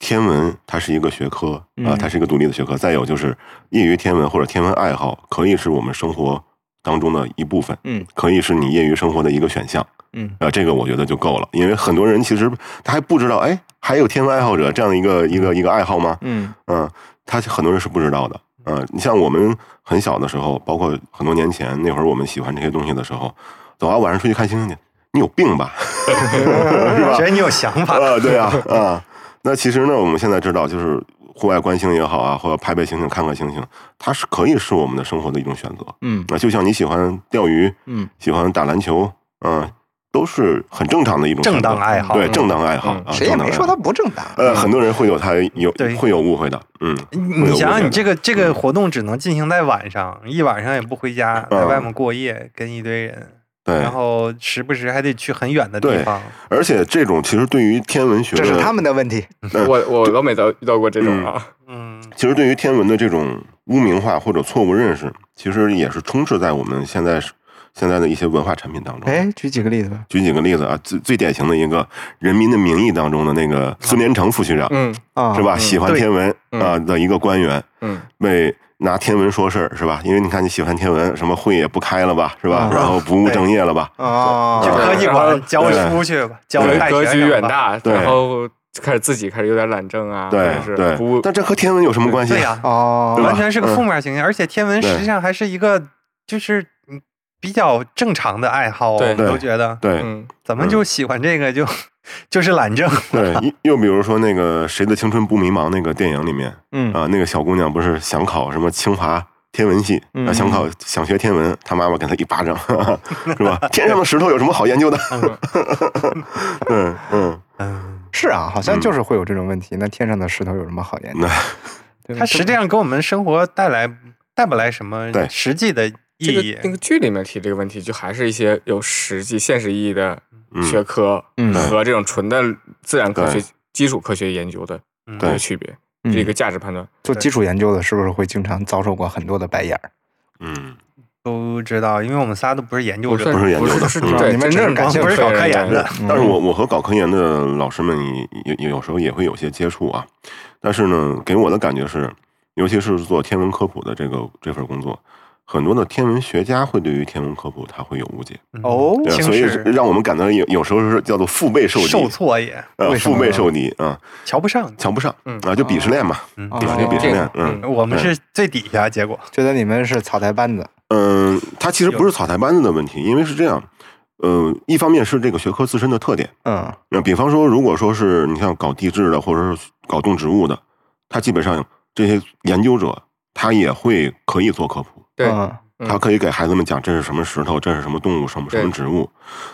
E: 天文它是一个学科啊、
B: 嗯
E: 它是一个独立的学科。再有就是，业余天文或者天文爱好，可以是我们生活当中的一部分，
B: 嗯
E: 可以是你业余生活的一个选项。
B: 嗯
E: 啊，这个我觉得就够了，因为很多人其实他还不知道，哎，还有天文爱好者这样的一个一个一个爱好吗？
B: 嗯
E: 嗯，他很多人是不知道的。嗯，你像我们很小的时候，包括很多年前那会儿，我们喜欢这些东西的时候，走啊，晚上出去看星星去，你有病吧？
C: 觉得你有想法，
E: 啊，对啊，啊。那其实呢，我们现在知道，就是户外观星也好啊，或者拍拍星星、看看星星，它是可以是我们的生活的一种选择。
B: 嗯
E: 那就像你喜欢钓鱼，
B: 嗯，
E: 喜欢打篮球，嗯，都是很正常的一种
C: 正
E: 选择
C: 当爱好
E: 对，
D: 嗯
E: 正当爱好
D: 嗯。
E: 啊
B: 谁也
E: 正当
B: 没
E: 爱
B: 说
E: 好
B: 他不正当。
E: 呃，很多人会有他有
C: 对
E: 会有误会的，嗯，会有嗯
C: 你
E: 误
C: 想
E: 会
C: 想，你
E: 的
C: 这个这个活动只能进行在晚上，一晚上也不回家，在外面过夜，跟一堆人，
E: 啊对
C: 然，后时不时还得去很远的地
E: 对
C: 方。
E: 而且这种其实对于天文学的，
B: 这是他们的问题。
D: 我我都没到遇到过这种啊，
C: 嗯，
E: 其实对于天文的这种污名化或者错误认识，其实也是充斥在我们现在现在的一些文化产品当中。
B: 哎，举几个例子吧。
E: 举几个例子啊，最最典型的一个《人民的名义》当中的那个孙连成副局长、
D: 嗯
B: 啊，
E: 是？吧？喜欢
C: 对
E: 天文
D: 嗯
E: 啊、的一个官员，
D: 嗯，
E: 被拿天文说事儿是吧？因为你看你喜欢天文，什么会也不开了吧，是吧？
B: 嗯
E: 然后不务正业了吧？
B: 啊，
C: 去科技馆
D: 对
C: 教书去吧，教
E: 对
C: 带
D: 格
C: 学
D: 局
C: 生
D: 远
C: 吧。
D: 大，
E: 对
D: 然后开始自己开始有点懒政啊，
E: 对
D: 或者是不
E: 对，但这和天文有什么关系？
C: 对呀、
B: 哦，
E: 对吧
C: 完全是个
E: 啊嗯
C: 负面形象，而且天文
E: 对
C: 实际上还是一个就是嗯比较正常的爱好，
D: 对
C: 我们都觉得
E: 对，
D: 嗯
C: 怎么就喜欢这个就就是懒政，
E: 对， 又又比如说那个《谁的青春不迷茫》那个电影里面
B: 嗯
E: 啊、那个小姑娘不是想考什么清华天文系啊、
B: 嗯
E: 想考想学天文，她妈妈给她一巴掌， 是吧？天上的石头有什么好研究的？ 嗯嗯，
C: 嗯，
B: 是啊，好像就是会有这种问题。那天上的石头有什么好研究
E: 那？
B: 对吧
C: 它实际上给我们生活带来带不来什么
E: 对
C: 实际的意
D: 这
C: 义
D: 个。那个剧里面提这个问题，就还是一些有实际现实意义的学科
B: 嗯嗯
D: 和这种纯的自然科学
E: 对、
D: 基础科学研究的
C: 嗯
E: 对
D: 区别，
B: 嗯
D: 是一个价值判断。
B: 做基础研究的，是不是会经常遭受过很多的白眼儿？
E: 嗯，
C: 都知道，因为我们仨都不是研究
D: 不
C: 者
D: 是
E: 不，是研究的
D: 不是
E: 嗯
D: 对
B: 你们
D: 真
B: 只是
D: 正
B: 感兴
D: 科
C: 趣不是
D: 学
C: 搞科研
D: 人
C: 的
B: 嗯
E: 但是我我和搞科研的老师们也也有时候也会有些接触啊，但是呢，给我的感觉是，尤其是做天文科普的这个这份工作，很多的天文学家会对于天文科普他会有误解，
B: 哦
E: 对啊、
C: 嗯轻
E: 所以
C: 视
E: 让我们感到有有时候是叫做腹背受敌，
C: 受挫也
E: 呃
B: 为什么
E: 腹背受敌啊，
C: 瞧不上你，
E: 瞧不上
D: 嗯
E: 啊，就鄙视链嘛，
C: 嗯
E: 鄙视
B: 哦
E: 链，鄙视链
D: 这，
E: 嗯
C: 我们是最底下，结果
B: 觉得你们是草台班子，
E: 嗯，它其实不是草台班子的问题，因为是这样，呃，一方面是这个学科自身的特点，
B: 嗯，
E: 那比方说，如果说是你像搞地质的，或者是搞动植物的，它基本上这些研究者他也会可以做科普，
D: 对，
B: 嗯
D: 嗯
E: 他可以给孩子们讲这是什么石头，这是什么动物，什么
D: 对
E: 什么植物。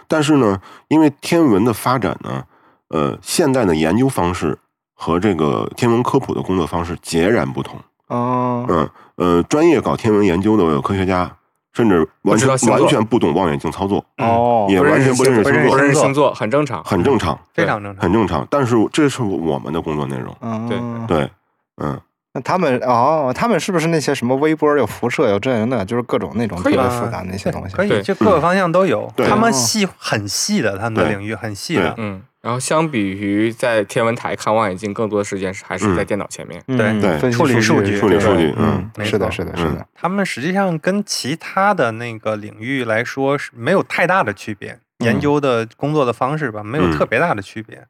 E: 但是呢，因为天文的发展呢，呃，现代的研究方式和这个天文科普的工作方式截然不同。
B: 哦，
E: 嗯呃，专业搞天文研究的科学家，甚至完全
D: 不知道星座
E: 完全不懂望远镜操作，
B: 哦，
E: 嗯也完全不认识
C: 不
E: 星
C: 认识
D: 不
E: 座，
D: 认识星座很正常，
E: 很正常，
D: 对
C: 非常正常。
E: 很正常。但是这是我们的工作内容。
B: 嗯，
D: 对
E: 对，嗯，
B: 那他们哦，他们是不是那些什么微波、有辐射、有这有那，就是各种那种特
D: 可以
B: 别
D: 啊
B: 复杂的那些东西？
C: 嗯
B: 哦
C: 可以，
D: 对
C: 就各个方向都有。
E: 嗯对
C: 他们细很细的，他们的
E: 对
C: 领域很细的。
D: 嗯。然后相比于在天文台看望远镜，更多的时间是还是在
E: 嗯
D: 电脑前面。
B: 嗯
C: 对
E: 对
B: 分析
C: 处理数
B: 据，
C: 据
E: 处理数据
B: 对
E: 嗯
C: 没
B: 是的，
C: 错
B: 是的，是的，
C: 他们实际上跟其他的那个领域来说是没有太大的区别，研究的工作的方式吧，没有
E: 嗯
C: 特别大的区别。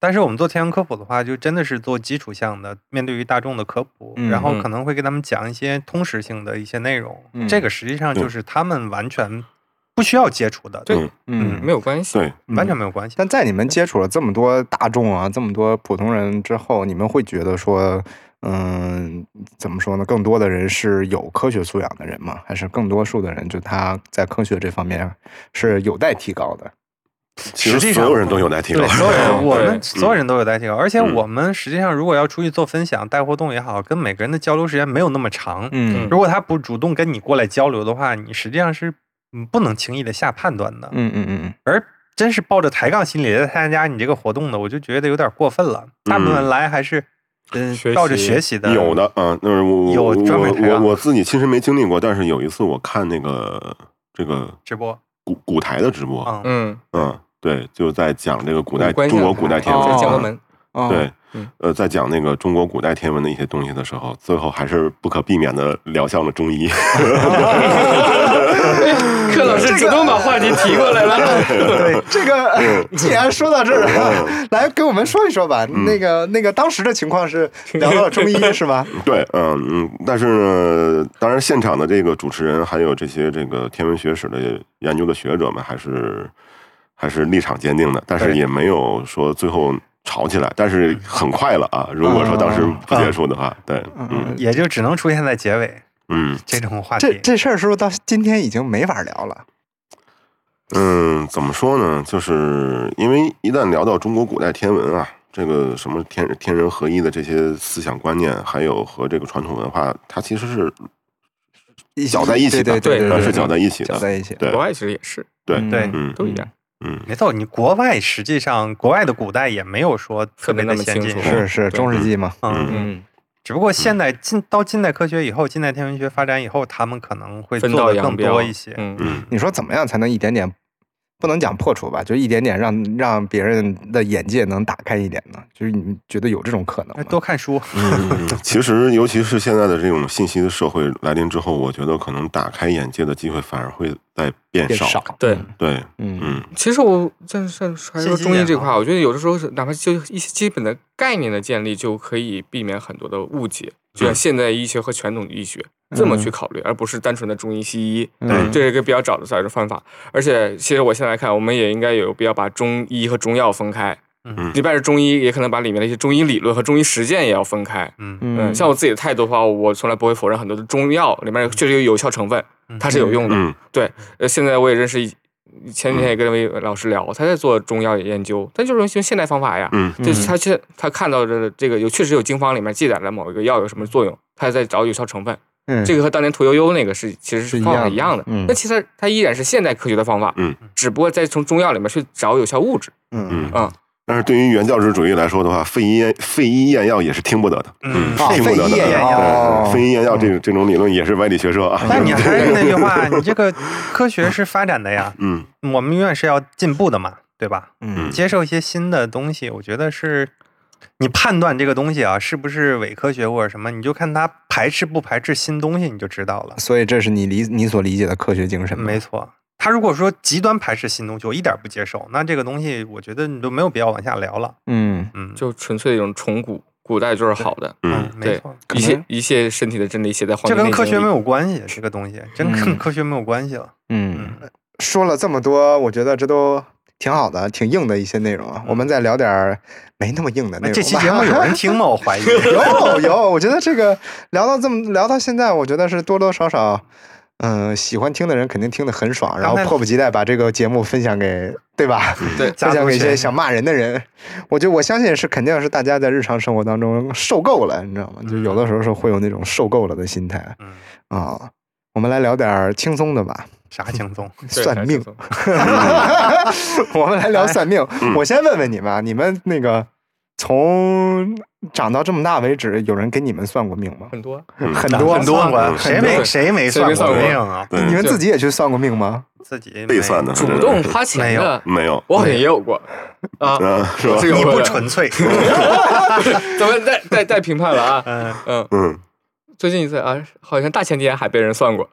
C: 但是我们做天文科普的话，就真的是做基础项的，面对于大众的科普，
B: 嗯
C: 然后
D: 嗯
C: 可能会给他们讲一些通识性的一些内容。
B: 嗯
C: 这个实际上就是他们完全不需要接触的，
D: 对
E: 嗯
B: 嗯
D: 没有关系。
E: 对，
B: 嗯
C: 完全没有关系。
B: 但在你们接触了这么多大众啊，这么多普通人之后，你们会觉得说，嗯，怎么说呢？更多的人是有科学素养的人吗？还是更多数的人就他在科学这方面是有待提高的？
E: 其
C: 实
E: 实
C: 际
E: 所
C: 上
E: 有人都有待提高
C: 对，。所有 人，我
D: 对
C: 们所有人都有待提高。而且
E: 嗯
C: 我们实际上如果要出去做分享、带活动也好，跟每个人的交流时间没有那么长。
B: 嗯
C: 如果他不主动跟你过来交流的话，你实际上是嗯不能轻易的下判断的。
B: 嗯嗯嗯
C: 而真是抱着抬杠心理来参加你这个活动的，我就觉得有点过分了。大部分来还是嗯
D: 学习
C: 抱着学习的，
E: 有的啊，那是我
C: 有
E: 我
C: 专门
E: 我
C: 抬杠
E: 我自己亲身没经历过，但是有一次我看那个这个
C: 直播
E: 古古台的直播，
C: 啊，嗯
D: 嗯，
E: 嗯，对，就在讲这个古代
D: 无关
E: 中国
D: 系啊
E: 古代天
B: 哦
E: 文，
D: 在
B: 哦
D: 建国门，
B: 哦，
E: 对
D: 嗯，
E: 呃，在讲那个中国古代天文的一些东西的时候，最后还是不可避免的聊向了中医。
D: 柯老师主动把话题提过 来了。
B: 对，这个
E: 嗯
B: 既然说到这儿了， 来给我们说一说吧。那个那个，当时的情况是聊到了中医是吧？
E: 对，嗯嗯，但是呢，当然现场的这个主持人还有这些这个天文学史的研究的学者们，还是还是立场坚定的，但是也没有说最后吵起来，但
B: 嗯
E: 是很快了啊。如果说当时不结束的话，对，嗯
C: 也就只能出现在结尾
E: 嗯
C: 这种话
B: 这
C: 题。
B: 这事儿是不是到今天已经没法聊了？
E: 嗯，怎么说呢？就是因为一旦聊到中国古代天文啊，这个什么天天人合一的这些思想观念，还有和这个传统文化，它其实是搅在一起
B: 对
E: 的，
B: 对对
E: 呃
B: 对，
E: 是搅在一起
B: 搅
E: 的，
B: 在一起，
E: 对
D: 国外其实也是
E: 对
B: 嗯
C: 对
E: 嗯
D: 都一样，
E: 嗯，
C: 没错，你国外实际上国外的古代也没有说特别
D: 说得那
C: 的
D: 么
C: 先
D: 清
C: 进
D: 楚，
B: 是是中世纪嘛，
C: 嗯
E: 嗯，
D: 嗯，
C: 只不过现代近到近代科学以后，近代天文学发展以后，他们可能会
D: 分
C: 做
D: 道
C: 的
D: 扬
C: 更
D: 镳
C: 多一些。
D: 嗯
E: 嗯
B: 你说怎么样才能一点点，不能讲破除吧，就一点点让让别人的眼界能打开一点呢？就是你觉得有这种可能
C: 那
B: 吗？
C: 多看书，
E: 嗯，其实尤其是现在的这种信息的社会来临之后，我觉得可能打开眼界的机会反而会在变
B: 变少，
D: 对。
E: 对，
B: 嗯
E: 嗯
D: 其实我在在还是
C: 信
D: 说
C: 息
D: 中医
C: 点
D: 这
C: 嘛
D: 块儿，我觉得有的时候是哪怕就一些基本的概念的建立，就可以避免很多的误解。
B: 嗯
D: 就像现代医学和传统医学这么去考虑，而不是单纯的中医西医，
B: 嗯
D: 这是一个比较早的早的方法。而且，其实我现在看，我们也应该有必要把中医和中药分开。
C: 嗯
D: 即便是中医，也可能把里面的一些中医理论和中医实践也要分开。
C: 嗯，
D: 嗯，
B: 嗯，
D: 像我自己的态度的话，我从来不会否认很多的中药里面确实有有效成分，它是有用的。
E: 嗯
D: 对，呃，现在我也认识一，前几天也跟一位老师聊，他在做中药研究，他就是用现代方法呀。
E: 嗯
D: 就是他去他看到的这个有确实有经方里面记载了某一个药有什么作用，他在找有效成分，
B: 嗯
D: 这个和当年屠呦呦那个是其实
B: 是一
D: 是方法
B: 样
D: 一样
B: 的
D: 的。
B: 嗯
D: 那其实它依然是现代科学的方法，
E: 嗯，
D: 只不过在从中药里面去找有效物质。
B: 嗯
E: 嗯
D: 嗯，
E: 但是对于原教旨主义来说的话，废医验废医验药也是听不得的，
C: 嗯
B: 啊
E: 听不得
B: 废医
E: 的
B: 验药哦
E: 对，废医验药这个这种理论也是歪理学说啊。
C: 但你
D: 嗯
C: 还是那句话，你这 个科学是发展的呀，
E: 嗯
C: 我们永远是要进步的嘛，对吧？
B: 嗯
C: 接受一些新的东西，我觉得是你判断这个东西啊是不是伪科学或者什么，你就看它排斥不排斥新东西，你就知道了。
B: 所以这是你理你所理解的科学精神吗。
C: 嗯没错，他如果说极端排斥新东西，我一点儿不接受，那这个东西我觉得你都没有必要往下聊了。
B: 嗯，
C: 嗯，
D: 就纯粹一种崇古，古代就是好的，
E: 嗯
C: 嗯，，没
D: 对
C: 错，，
B: 可
D: 一
B: 能
D: 切一切身体的真理写在《黄
C: 这
D: 帝内
C: 跟
D: 经》
C: 科学
D: 里
C: 没有关系，这个东西真跟科学没有关系了。
B: 嗯
C: 嗯，
B: 说了这么多，我觉得这都挺好的，挺硬的一些内容啊。我们再聊点儿没那么硬的内
C: 那
B: 容吧。
C: 嗯这期节 目有人听吗？我怀疑。
B: 有有，我觉得这个聊到这么聊到现在，我觉得是多多少少，嗯、喜欢听的人肯定听得很爽，然后
C: 刚才
B: 迫不及待把这个节目分享给，对吧？
D: 嗯 对
B: 分享给一
C: 家族群
B: 些想骂人的人。我觉得我相信是肯定是大家在日常生活当中受够了，你知道吗？就有的时候是会有那种受够了的心态啊、
C: 嗯，
B: 我们来聊点儿轻松的吧，
C: 啥轻松？
D: 对
B: 算命
D: 还。是
B: 我们来聊算命。
C: 哎嗯
B: 我先问问你们啊，你们那个从长到这么大为止，有人给你们算过命吗？
D: 很多
B: 很
C: 哪
B: 多
C: 嗯很多啊
B: 算过
C: 关，谁
B: 很多
C: 没谁没
D: 谁没
C: 算过
D: 算过
C: 命啊？
E: 对
B: 你们
D: 对
B: 自己也去算过命吗？
C: 自己
E: 自己
C: 没
E: 算的，
D: 主
E: 真
D: 动
E: 是
D: 花钱的，
E: 没有，
D: 我好像也有过啊，
E: 嗯，是吧
D: 我？这个
C: 你
D: 我
C: 不纯 粹。
D: 咱们再再再评判了啊，
C: 嗯，
D: 嗯，
E: 嗯，
D: 最近一次啊，好像大前天还被人算过，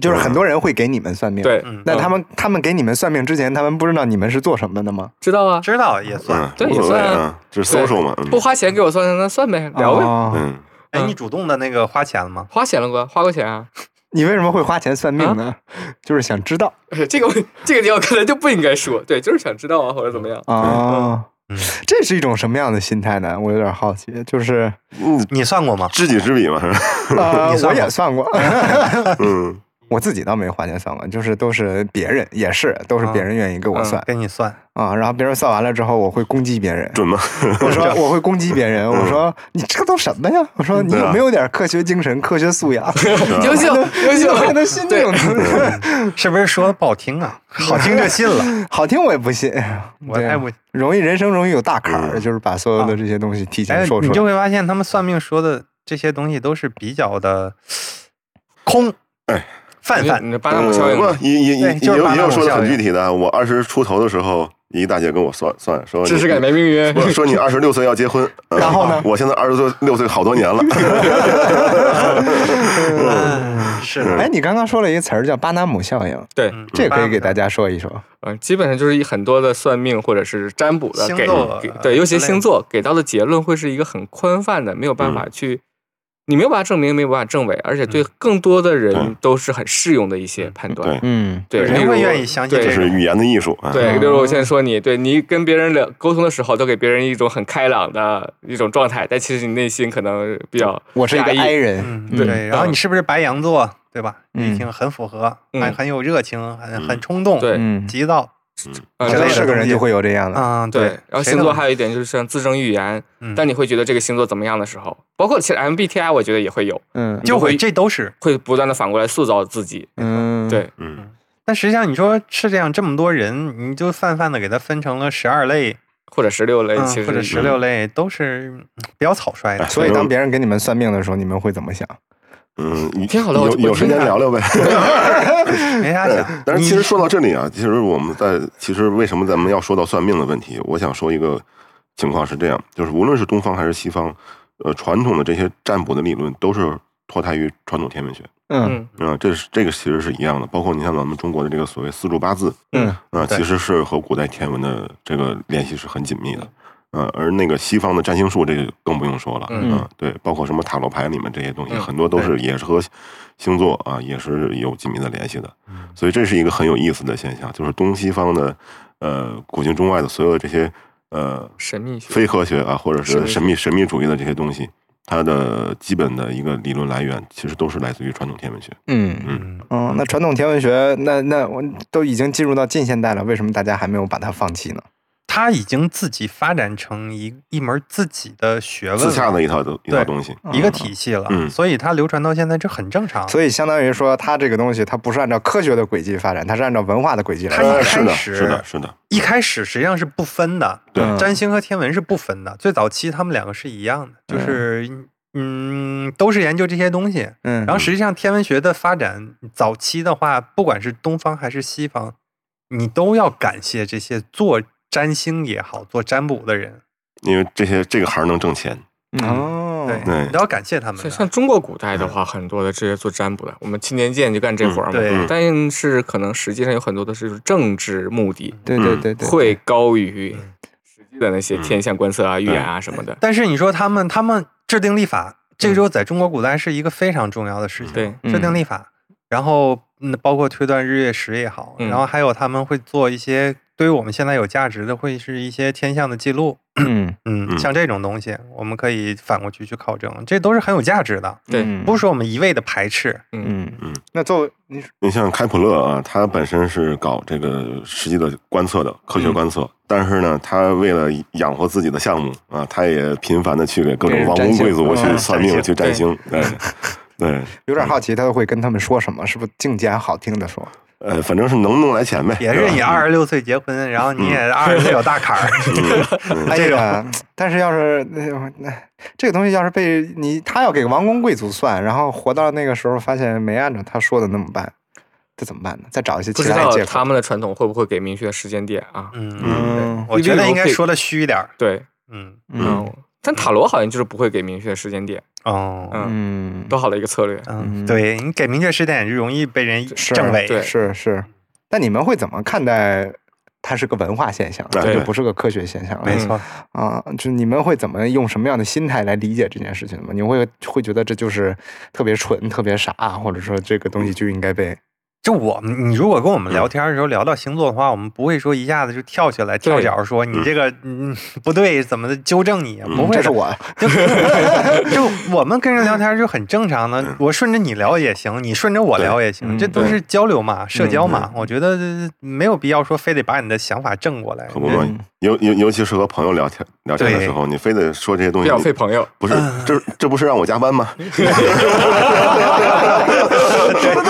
B: 就是很多人会给你们算命。。
D: 对，
C: 嗯
B: 那他们他们给你们算命之前，他们不知道你们是做什么的吗？
D: 知道啊，
C: 知道也算。
E: 嗯，
D: 对
E: 无
D: 也
E: 所谓
D: 算啊
E: 啊，这是
D: 对
E: social 嘛，嗯
D: 不花钱给我算算，那算呗，聊呗，
B: 哦。
E: 嗯，
C: 哎，
D: 嗯
C: 你主动的那个花钱了吗？
D: 花钱了过，花过钱啊，
B: 你为什么会花钱算命呢？
C: 啊
B: 就是想知道
D: 不是这个问这个地方可能就不应该说，对，就是想知道啊或者怎么样，
B: 啊
C: 嗯。
B: 这是一种什么样的心态呢？我有点好奇。就是
E: 嗯，
C: 你算过吗？
E: 知己知彼嘛，是 吧？
B: 呃，
C: 你算过
B: 我也算过，
E: 嗯，
B: 我自己倒没花钱算过，就是都是别人，也是都是别
C: 啊
B: 人愿意给我算
C: 给你算，
B: 啊。然后别人算完了之后，我会攻击别 人，
E: 准吗？
B: 我说我会攻击别人，
C: 嗯
B: 我说你这都什么呀？我说你
E: 对啊
B: 有没有点科学精神、科学素养？
C: 啊
D: 优秀优
B: 你
D: 秀
B: 怎么，还能信这种东西？
C: 是不是说的不好听啊？好听就信了，
B: 好听我也不信，
C: 我
B: 对
C: 太不。
B: 容易人生容易有大坎儿，
E: 嗯
B: 就是把所有的这些东西提前
C: 哎
B: 说，
C: 你
B: 出
C: 就
B: 来。
C: 会发现他们算命说的这些东西都是比较的空，
E: 哎，
C: 泛泛
D: 你。这巴纳姆效应
E: 嗯
D: 嘛
E: 不，，也也
C: 对
E: 也也
C: 就是
E: 有
C: 巴
E: 也
C: 纳
E: 有
C: 姆
E: 说的
C: 效
E: 很具
C: 应
E: 体的啊。我二十出头的时候，一大姐跟我算算说，
D: 知识改变命运
E: 不，说你二十六岁要结婚，嗯
B: 然后呢
E: 我现在二十岁六岁好多年了，
C: 嗯，是的，
B: 哎，你刚刚说了一个词儿叫巴纳姆效应，
D: 对，
C: 嗯
B: 哎这可以给大家说一说。
D: 嗯，基本上就是以很多的算命或者是占卜的
C: 星
D: 给
C: 座
D: 给
C: 啊
D: 对，尤其
C: 之类
D: 星
C: 的
D: 座给到的结论会是一个很宽泛的，没有办法去，你没有办法证明，没有办法证伪，而且对更多的
E: 嗯
D: 人都是很适用的一些判断
E: 对。
B: 嗯，
D: 对，
C: 人
D: 例
C: 会
D: 如
C: 愿意相信
D: 对
E: 这
C: 这个
E: 是语言的艺术啊。
D: 对，
B: 嗯
D: 例如我现在说你，对你跟别人聊沟通的时候，都给别人一种很开朗的一种状态，但其实你内心可能比较
B: 我是一个
D: 压抑
B: I 人，
C: 嗯，
B: 嗯
C: 对。然后你是不是白羊座，对吧？
B: 嗯
C: 一听很符合，
D: 嗯
C: 还很有热情，很很
E: 嗯
C: 冲动，
D: 对
B: 嗯，
C: 急躁，
D: 呃
B: 可
C: 之类
B: 能
C: 的
B: 是个人就会有这样的。
C: 啊，
D: 对，然后
C: 谁
D: 星
C: 都
D: 座
C: 能
D: 还有一点就是像自证预言，
C: 嗯
D: 当你会觉得这个星座怎么样的时候，包括其实 MBTI 我觉得也会有，
B: 嗯
C: 就会这都是。
D: 会不断的反过来塑造自己。
B: 嗯，
D: 对，
E: 嗯，
C: 但实际上你说是这样，这么多人，你就泛泛的给它分成了十二类，
D: 或者十六类，
C: 嗯
D: 哎其实
C: 或者十六类，都是嗯比较草率的。
B: 所以当别人给你们算命的时候，你们会怎么想？
E: 嗯，你
D: 挺好的我
E: 有
D: 我
E: 有时
D: 听
E: 间
D: 着啊
E: 聊聊 呗。
C: 没啥想。
E: 但是
C: 你
E: 其实说到这里啊，其实我们在其实为什么咱们要说到算命的问题？我想说一个情况是这样，就是无论是东方还是西方，呃，传统的这些占卜的理论都是脱胎于传统天文学。
B: 嗯
D: 嗯，
E: 嗯、这是这个其实是一样的，包括你像咱们中国的这个所谓四柱八字，
B: 嗯
E: 啊，
C: 对
E: 其实是和古代天文的这个联系是很紧密的。呃，而那个西方的占星术，这个更不用说了。
D: 嗯
E: 啊对，包括什么塔罗牌里面这些东西，
D: 嗯
E: 很多都是也是和星座啊，也是有紧密的联系的。所以这是一个很有意思的现象，就是东西方的，呃，古今中外的所有的这些呃
D: 神秘学
E: 非科学啊，或者是神
D: 神
E: 秘神秘主义的这些东西，它的基本的一个理论来源，其实都是来自于传统天文学。
B: 嗯
C: 嗯，
B: 嗯，那传统天文学，那那我都已经进入到近现代了，为什么大家还没有把它放弃呢？
C: 他已经自己发展成一一门自己的学问了，
E: 自洽的一套一套
C: 对
E: 东西。
C: 一个体系了，
E: 嗯
C: 所以它流传到现在这很正常。
B: 所以相当于说，它这个东西它不是按照科学的轨迹发展，它是按照文化的轨迹来
C: 它
B: 发
E: 呃，
B: 展。
E: 是的，
C: 开始
E: 是的，是的，
C: 一开始实际上是不分的，
E: 对
B: 嗯
C: 占星和天文是不分的。最早期他们两个是一样的，就是嗯，都是研究这些东西。
B: 嗯
C: 然后实际上天文学的发展，早期的话，不管是东方还是西方，你都要感谢这些做占星也好、做占卜的人，
E: 因为这些这个行能挣钱。
C: 嗯，
B: 哦，
C: 对，
E: 对
C: 你都要感谢他们
D: 像
C: 的。
D: 像中国古代的话，很多的这些做占卜的，我们青年剑就干这活儿
C: 嗯
D: 嘛。
C: 对
E: 嗯
D: 但是可能实际上有很多的是政治目
C: 嗯
D: 的，
B: 对对对对，
D: 嗯会高于实际的那些天象观测啊、预言啊什么的。
C: 但是你说他们，他们制定立法，这个时候在中国古代是一个非常重要的事情。
D: 对，
B: 嗯
C: 制定立法，然后嗯，包括推断日月食也好，
D: 嗯
C: 然后还有他们会做一些对于我们现在有价值的，会是一些天象的记录，
B: 嗯，
C: 嗯，
E: 嗯
C: 像这种东西，我们可以反过去去考证，这都是很有价值的，
D: 对
B: 嗯
C: 不是说我们一味的排斥，
B: 嗯嗯
E: 嗯，
B: 那作为你说
E: 你像开普勒啊，他本身是搞这个实际的观测的科学观测，但是呢，他为了养活自己的项目啊，他也频繁的去给各种王公贵族
B: 给人占星
E: 去算命、
C: 嗯
E: 去占星，对对，
B: 有点好奇，他会跟他们说什么？是不是净捡好听的说？
E: 呃，反正是能弄来钱呗，
C: 也
E: 对啊
C: 是
E: 吧
C: 你二十六岁结婚，然后你也二十岁有大坎儿，
E: 嗯
B: 哎呀，但是要是那那这个东西要是被你他要给王公贵族算，然后活到那个时候发现没按照他说的那么办，这怎么办呢？再找一些
D: 不
B: 其
D: 知
B: 他
D: 道
B: 的借
D: 他
B: 口。
D: 们的传统会不会给明确的时间点啊？
C: 嗯，
B: 嗯
C: 我觉得应该说的虚一点儿，
D: 对，
C: 嗯，
B: 嗯
D: 嗯，但塔罗好像就是不会给明确的时间点，
C: 哦，
D: 嗯，
B: 嗯，
D: 多好的一个策略。
C: 嗯，对你给明确时点，容易被人
B: 是
C: 证伪，
D: 对
B: 是是。但你们会怎么看待？它是个文化现象，它
E: 对
B: 就不是个科学现象了
C: 没错，
B: 啊！就你们会怎么用什么样的心态来理解这件事情吗？你会会觉得这就是特别蠢、特别傻，或者说这个东西就应该被
C: 就我们，你如果跟我们聊天的时候聊到星座的话，我们不会说一下子就跳起来跳脚说你这个嗯 不对怎么的纠正你，啊不
B: 嗯这
C: 会的
B: 是我
C: 就就我们跟人聊天就很正常的，我顺着你聊也行，你顺着我聊也行，
B: 嗯
C: 这都
E: 对
C: 是交流嘛，社交嘛，
E: 对
C: 我觉得没有必要说非得把你的想法正过来
E: 可。不嘛
B: 嗯，
E: 尤尤尤其是和朋友聊天聊天的时候，你非得说这些东
D: 比
E: 西，
D: 较费朋友，
E: 不是这这不是让我加班吗？
C: 对，说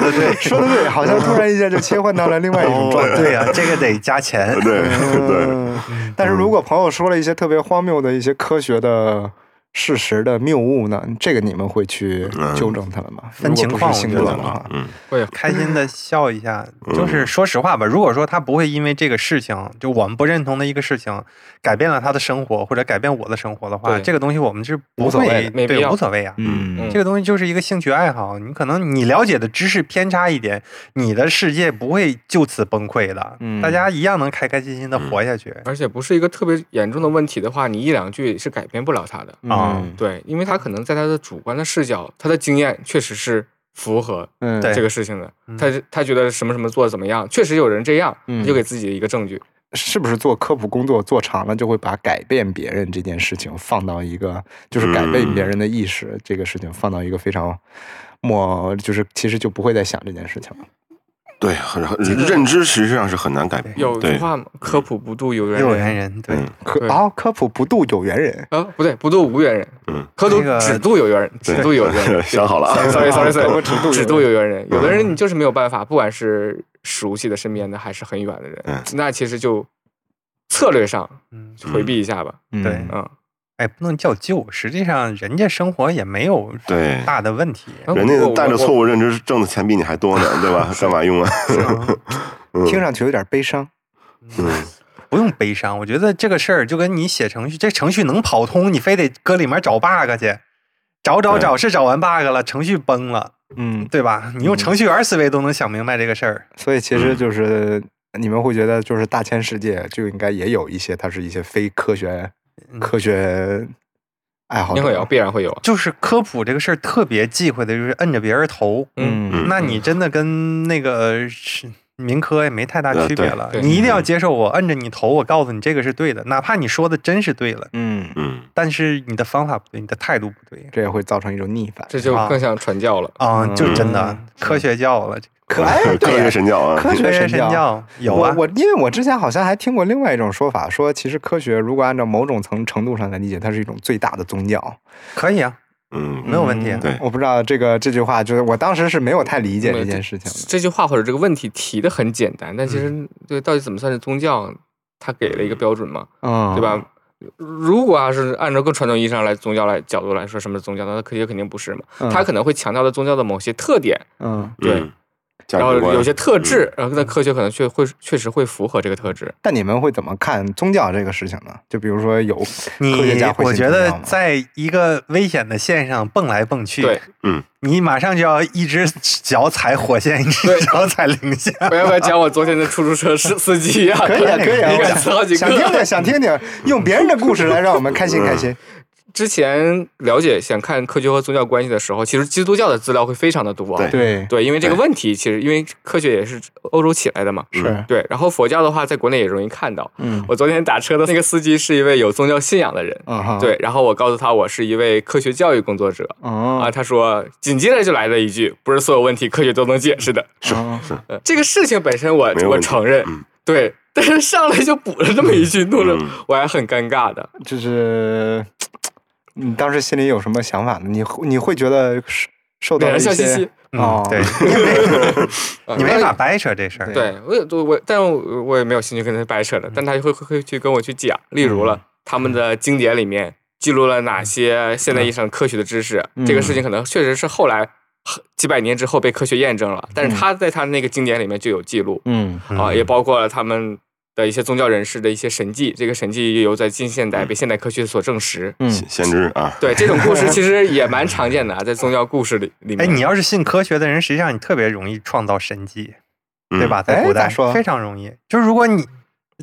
C: 的对，
B: 说的对，好像突然一下就切换到了另外一种状态。
C: 哦对呀，这个得加钱。
E: 对 对，
B: 嗯但是如果朋友说了一些特别荒谬的一些科学的事实的谬误呢，这个你们会去纠正他们吗？
C: 分
B: 如果
C: 情
B: 不是
C: 况
B: 星
C: 我
B: 座
C: 觉
B: 的
C: 得
B: 话，
E: 嗯
D: 会
C: 开心的笑一下。就是说实话吧，如果说他不会因为这个事情，就我们不认同的一个事情，改变了他的生活或者改变我的生活的话，
D: 对
C: 这个东西我们是不
B: 无所谓
C: 会，
D: 没必
C: 对，
D: 要
C: 无所谓啊。
B: 嗯
C: 这个东西就是一个兴趣爱好，你可能你了解的知识偏差一点，你的世界不会就此崩溃的，
B: 嗯
C: 大家一样能开开心心的活下去。
D: 而且不是一个特别严重的问题的话，你一两句是改变不了他的。
C: 啊
B: 嗯
D: 对，因为他可能在他的主观的视角，他的经验确实是符合
B: 嗯，
C: 对
D: 这个事情的。他他觉得什么什么做的怎么样，确实有人这样，
B: 嗯
D: 你就给自己一个证据。
B: 是不是做科普工作做长了，就会把改变别人这件事情放到一个，就是改变别人的意识、这个事情放到一个非常莫，就是其实就不会再想这件事情了。
E: 对，很很认知实际上是很难改变。
D: 有句
E: 对，
D: 话嘛，科普不渡有缘
C: 有
D: 人
C: 缘人，对，
E: 嗯
B: 科
D: 对
B: 啊，科普不渡有缘人，
D: 啊，不对，不渡无缘人，
E: 嗯，
D: 科渡
C: 那个
D: 只渡有缘人，只渡有缘 人。
E: 想好了啊，嗯
D: sorry sorry
B: 科普
D: sorry，
B: 只渡有缘
D: 只渡有缘人。有的人你就是没有办法，不管是熟悉的身边的，还是很远的人
E: 嗯，
D: 那其实就策略上
C: 嗯，
D: 回避一下吧。
B: 嗯
C: 对
D: 嗯，
C: 哎，不能叫旧，实际上人家生活也没有
E: 对
C: 大的问题。
E: 人家带着错
D: 误，
E: 误认知挣的钱比你还多 呢，对吧？干嘛用啊？
B: 听上去有点悲伤。
E: 嗯，
C: 不用悲伤，我觉得这个事儿就跟你写程序，这程序能跑通，你非得搁里面找 bug 去，找找找是找完 bug 了，程序崩了，
B: 嗯，
C: 对吧？你用程序员思维都能想明白这个事儿，
B: 所以其实就是你们会觉得，就是大千世界就应该也有一些，它是一些非科学、
C: 嗯
B: 科学爱好
D: 一定
B: 者。
D: 会有，必然会有啊。
C: 就是科普这个事儿特别忌讳的，就是摁着别人头。
B: 嗯
C: 那你真的跟那个是民科也没太大
E: 呃
C: 区别
E: 对
C: 了，
D: 对
C: 你一定要接受我摁着你头，我告诉你这个是对的，哪怕你说的真是对了，
B: 嗯，
E: 嗯，
C: 但是你的方法不对，你的态度不对。
B: 这也会造成一种逆反。
D: 这就
C: 啊
D: 更像传教了。
C: 啊、就真的、
B: 嗯
C: 科学教了，
B: 可
D: 哎
B: 爱
E: 科学神教啊，
B: 科学
C: 学
B: 神
C: 神
B: 教
C: 教有啊，
B: 我我因为我之前好像还听过另外一种说法，说其实科学如果按照某种层程度上来理解，它是一种最大的宗教。
C: 可以啊，
E: 嗯
C: 没有问题啊。
E: 对
B: 我不知道这个这句话，就是我当时是没有太理解
D: 没
B: 这
D: 有
B: 件事情的。
D: 这句话或者这个问题提的很简单，但其
E: 嗯
D: 实对到底怎么算是宗教，它给了一个标准嘛，
B: 嗯，
D: 对？吧？如果要是按照更传统意义上来宗教来角度来说，什么是宗教，那它科学肯定不是嘛，
B: 嗯
D: 它可能会强调的宗教的某些特点，
B: 嗯
D: 对，
E: 价
D: 然后
E: 值观
D: 有些特质，然后那科学可能确会确实会符合这个特质。
B: 但你们会怎么看宗教这个事情呢？就比如说有
C: 你
B: 科学家会
C: 我
B: 信
C: 觉
B: 宗
C: 得
B: 教吗
C: 在一个危险的线上蹦来蹦 去，
D: 对，
C: 你马上就要一只脚踩火线，一只
D: 对
C: 脚踩零线。
D: 不要不要讲我昨天的出租车司司机啊，
B: 可以啊，可以啊，
D: 你
B: 我
D: 敢
B: 想
D: 吃好几
B: 想听
D: 个。
B: 听，想听听，用别人的故事来让我们开
C: 嗯
B: 心开 心。
D: 之前了解想看科学和宗教关系的时候，其实基督教的资料会非常的多。啊
E: 对
B: 对，
D: 对，因为这个
E: 对
D: 问题，其实因为科学也是欧洲起来的嘛。
B: 是，
D: 对，然后佛教的话，在国内也容易看到。
B: 嗯，
D: 我昨天打车的那个司机是一位有宗教信仰的人，
B: 啊哈，，
D: 对，然后我告诉他我是一位科学教育工作者，啊，
B: 哦，
E: 嗯
D: 他说，紧接着就来了一句，不是所有问题科学都能解释的。
B: 是
D: 呃这个事情本身我
E: 嗯没有
D: 我
E: 问题
D: 承认，
E: 嗯
D: 对， 但是上来就补了这么一句，弄得
E: 嗯
D: 我还很尴尬的。
B: 就是你当时心里有什么想法呢？你会你会觉得受受到
D: 脸
B: 了一
D: 上笑嘻
B: 些
D: 嘻，
B: 哦
C: 嗯，，对，
D: 呃
C: 你没法掰扯这
E: 哎
C: 事儿。
D: 对我也我，但我我也没有兴趣跟他掰扯的，
E: 嗯
D: 但他会会会去跟我去讲，例如了他们的经典里面记录了哪些现代意义上科学的知识，
E: 嗯
D: 这个事情可能确实是后来很几百年之后被科学验证了，但
E: 嗯
D: 是他在他那个经典里面就有记录，
B: 嗯
C: 嗯
D: 啊，也包括了他们的一些宗教人士的一些神迹，这个神迹又由在近现代被现代科学所证实。
B: 嗯，
E: 先先知啊，
D: 对，这种故事其实也蛮常见的啊，在宗教故事里里
C: 哎，
D: 面。
C: 你要是信科学的人，实际上你特别容易创造神迹，
E: 嗯
C: 对吧？
B: 哎
C: 在古
B: 咋
C: 代
B: 说
C: 非常容易。就是如果你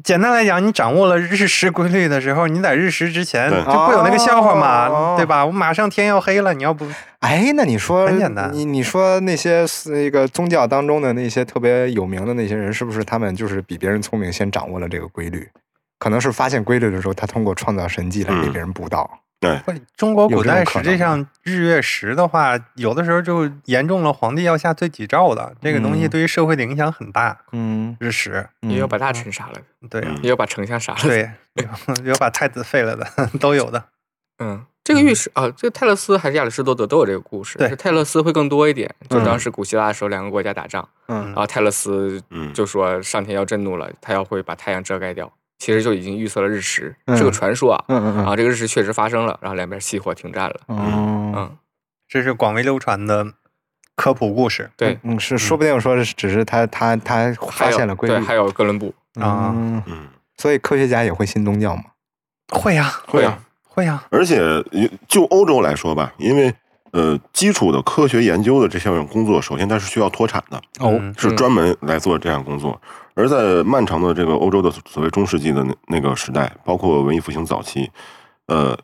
C: 简单来讲，你掌握了日食规律的时候，你在日食之前
E: 对
C: 就不有那个笑话
B: 哦
C: 嘛，对吧？我马上天要黑了，你要不
B: 哎，那你说，
C: 很简单
B: 你你说那些那个宗教当中的那些特别有名的那些人，是不是他们就是比别人聪明，先掌握了这个规律？可能是发现规律的时候，他通过创造神迹来给
E: 嗯
B: 别人布道。
C: 会中国古代
B: 有这种可
C: 实
B: 能啊
C: 际上日月食的话，有的时候就严重了皇帝要下罪己诏的，这个东西
B: 嗯
C: 对于社会的影响很大。
B: 嗯，
C: 日食，
B: 嗯
D: 也有把大臣杀了，
C: 对啊
E: 嗯
D: 也有把丞相杀了。，
C: 对， 有有把太子废了的 都有的。
D: 嗯，这个御史啊，这个泰勒斯还是亚里士多德都有这个故事。
C: 对
D: 是泰勒斯会更多一点。就
B: 嗯
D: 当时古希腊的时候，两个国家打仗，
B: 嗯
D: 然后泰勒斯
E: 嗯
D: 就说上天要震怒了，他要会把太阳遮盖掉。其实就已经预测了日食，
B: 嗯
D: 这个传说啊，
B: 嗯
D: 然
B: 嗯
D: 后这个日食确实发生了，然后两边熄火停战了。
B: 嗯，哦，
D: 嗯，
C: 这是广为流传的科普故事
D: 对，
B: 嗯，是，说不定说是只是他他他
D: 还
B: 发
D: 有
B: 现了规
D: 对，
B: 律
D: 还有哥伦布，
C: 啊
B: 嗯，
E: 嗯，
B: 所以科学家也会信宗教嘛？
C: 会呀，
E: 会啊，
C: 会呀，
E: 而且就欧洲来说吧，因为呃，基础的科学研究的这项工作，首先它是需要脱产的，
C: 哦，
E: 是专门来做这项工作。而在漫长的这个欧洲的所谓中世纪的那那个时代，包括文艺复兴早期，呃，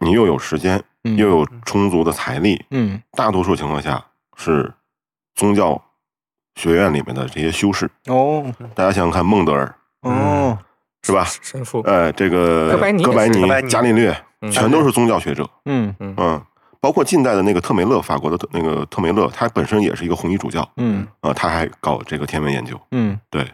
E: 你又有时间，
B: 嗯
E: 又有充足的财力，
B: 嗯
E: 大多数情况下是宗教学院里面的这些修士。
B: 哦
E: 大家想想看，孟德尔
B: 哦
E: 是吧？
D: 神父，
E: 呃，这个
D: 哦哥白尼也是
C: 哥白尼
E: 伽利略
D: 嗯
E: 全都是宗教学者。
B: 嗯
E: 嗯，包括近代的那个特梅勒，法国的特那个特梅勒，他本身也是一个红衣主教，
B: 嗯
E: 啊、他还搞这个天文研究，
B: 嗯，
E: 对，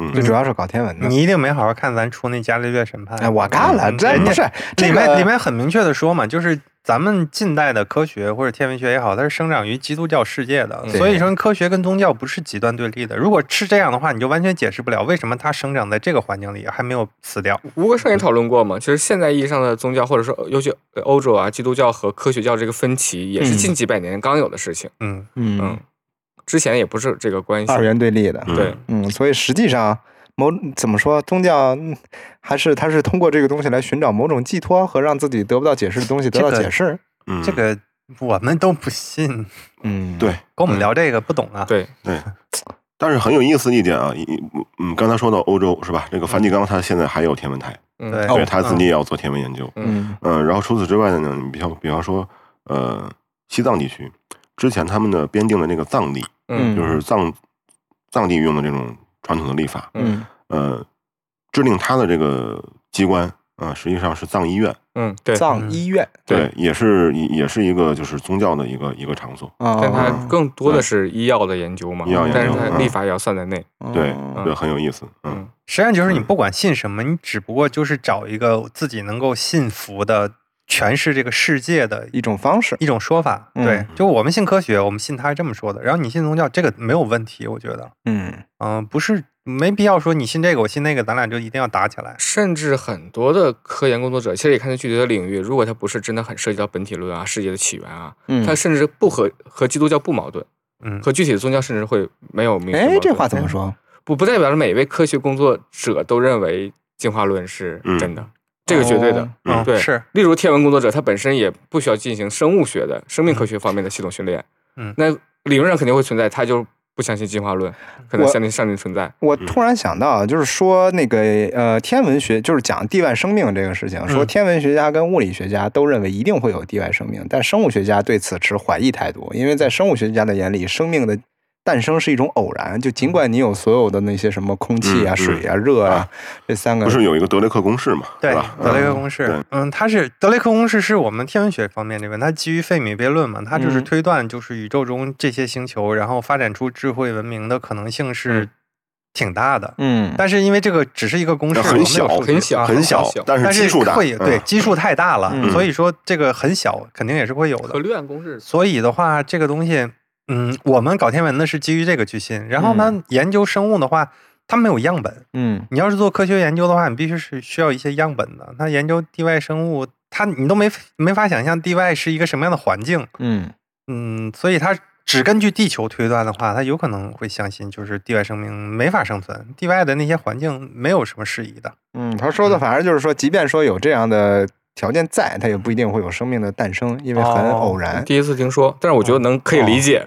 E: 嗯
B: 最，主要是搞天文的。
C: 你一定没好好看咱出那伽利略审判。
B: 哎，我看了，
C: 嗯
B: 这
C: 人
B: 不
C: 家
B: 是这
C: 里
B: 个
C: 面里面很明确的说嘛，就是咱们近代的科学或者天文学也好，它是生长于基督教世界的，
D: 对
C: 所以说科学跟宗教不是极端对立的。如果是这样的话，你就完全解释不了为什么它生长在这个环境里还没有死掉。
D: 吴哥上也讨论过嘛，其实现代意义上的宗教，或者说尤其呃欧洲啊，基督教和科学教这个分歧，也是近几百年刚有的事情。
C: 嗯，
B: 嗯
D: 嗯，之前也不是这个关系。
B: 二元对立的，
E: 嗯
D: 对，
B: 嗯，所以实际上某怎么说，宗教嗯还是它是通过这个东西来寻找某种寄托和让自己得不到解释的东西得
C: 这
B: 到
C: 个
B: 解释。
E: 嗯，
C: 这个我们都不信，
B: 嗯，
E: 对，
C: 跟我们聊这个不懂啊。
D: 对，
E: 对。但是很有意思一点啊，一嗯，刚才说到欧洲是吧？这个梵蒂冈它现在还有天文台，
D: 嗯
C: 对
E: 对
B: 哦
E: 他自己也要做天文研究。
B: 嗯
E: 嗯，然后除此之外呢，你比方比方说，呃，西藏地区之前他们的编定的那个藏历，
D: 嗯
E: 就是藏藏地用的这种传统的历法，
B: 嗯
E: 呃，制定它的这个机关啊、呃实际上是藏医院，
D: 嗯，对，
B: 藏医院
E: 对，也是也也是一个就是宗教的一个一个场所。
B: 啊，
D: 但它更多的是医药的研究嘛，
E: 医药研究
D: 但是它
E: 嗯
D: 立法也要算在内。
E: 对
B: 哦，
E: 对，很有意思。嗯
D: 嗯，
C: 实际上就是你不管信什么，你只不过就是找一个自己能够信服的诠释这个世界的
B: 一种方式。
C: 一种说法。
B: 嗯
C: 对，就我们信科学，我们信他是这么说的，然后你信宗教，这个没有问题，我觉得。
B: 嗯
C: 嗯、不是没必要说你信这个，我信那个，咱俩就一定要打起来。
D: 甚至很多的科研工作者，其实也看见具体的领域，如果它不是真的很涉及到本体论啊、世界的起源啊，
B: 嗯
D: 它甚至不和和基督教不矛盾，
C: 嗯
D: 和具体的宗教甚至会没有明确
B: 哎
D: 矛，
B: 这
D: 盾
B: 话怎么说？
D: 不不代表着每一位科学工作者都认为进化论是
E: 嗯
D: 真的，这个绝对的。
B: 哦
E: 嗯
D: 对，
C: 是，
D: 例如天文工作者，他本身也不需要进行生物学的生命科学方面的系统训练。
C: 嗯
D: 那理论上肯定会存在，他就不相信进化论，可
B: 嗯
D: 能
B: 我
D: 相信上帝存在。
B: 我突然想到啊，就是说那个呃，天文学就是讲地外生命这个事情，说
C: 嗯
B: 天文学家跟物理学家都认为一定会有地外生命，但生物学家对此持怀疑态度，因为在生物学家的眼里，生命的诞生是一种偶然，就尽管你有所有的那些什么空气啊、
E: 嗯嗯
B: 水啊、热啊这三个，
E: 不是有一个德雷克公式嘛，
C: 对
E: 吧？
C: 德雷克
E: 嗯
C: 公
E: 对
C: 式，嗯，它是德雷克公式是我们天文学方面这边，它基于费米悖论嘛，它就是
B: 嗯
C: 推断就是宇宙中这些星球，然后发展出智慧文明的可能性是
E: 嗯
C: 挺大的。
B: 嗯，
C: 但是因为这个只是一个公式，
E: 很
C: 我没有
E: 小
C: 数据
D: 很小
C: 啊
E: 嗯很小
D: 很小，
E: 但是
C: 但
E: 基数大，
C: 会对
E: 嗯
C: 基数太大了，
B: 嗯
C: 所以说这个很小，肯定也是会有的
D: 可。律案公式
C: 所以的话，这个东西，嗯，我们搞天文的是基于这个去信，然后呢，研究生物的话，它没有样本。
B: 嗯
C: 你要是做科学研究的话，你必须是需要一些样本的。那研究地外生物，它你都没没法想象地外是一个什么样的环境，
B: 嗯
C: 嗯，所以它只根据地球推断的话，它有可能会相信就是地外生命没法生存，地外的那些环境没有什么适宜的。
B: 嗯，他说的反正就是说，即便说有这样的条件在，它也不一定会有生命的诞生，因为很
C: 哦
B: 偶然。
D: 第一次听说，但是我觉得能可以理解。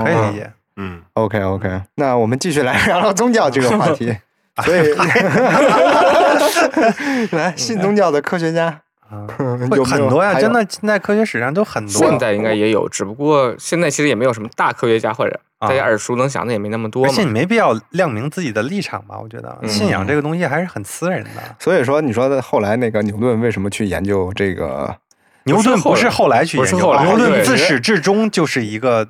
B: 哎哦
C: 可以理解。
E: 嗯，
B: OK OK，那我们继续来 聊聊宗教这个话题。所以， 来信宗教的科学家，
C: 嗯，
B: 会
C: 会很多呀、真的，现在科学史上都很多。
D: 现在应该也有，只不过现在其实也没有什么大科学家或者
C: 啊
D: 大家耳熟能详的也没那么多
C: 而
D: 嘛
C: 且。你没必要亮明自己的立场吧？我觉得
D: 嗯
C: 信仰这个东西还是很私人的。
B: 所以说，你说的后来那个牛顿为什么去研究这个？
C: 牛顿不是后来去
D: 不
C: 研
D: 是
C: 究
D: 后来
C: 牛
D: 对
C: 顿自始至终就是一个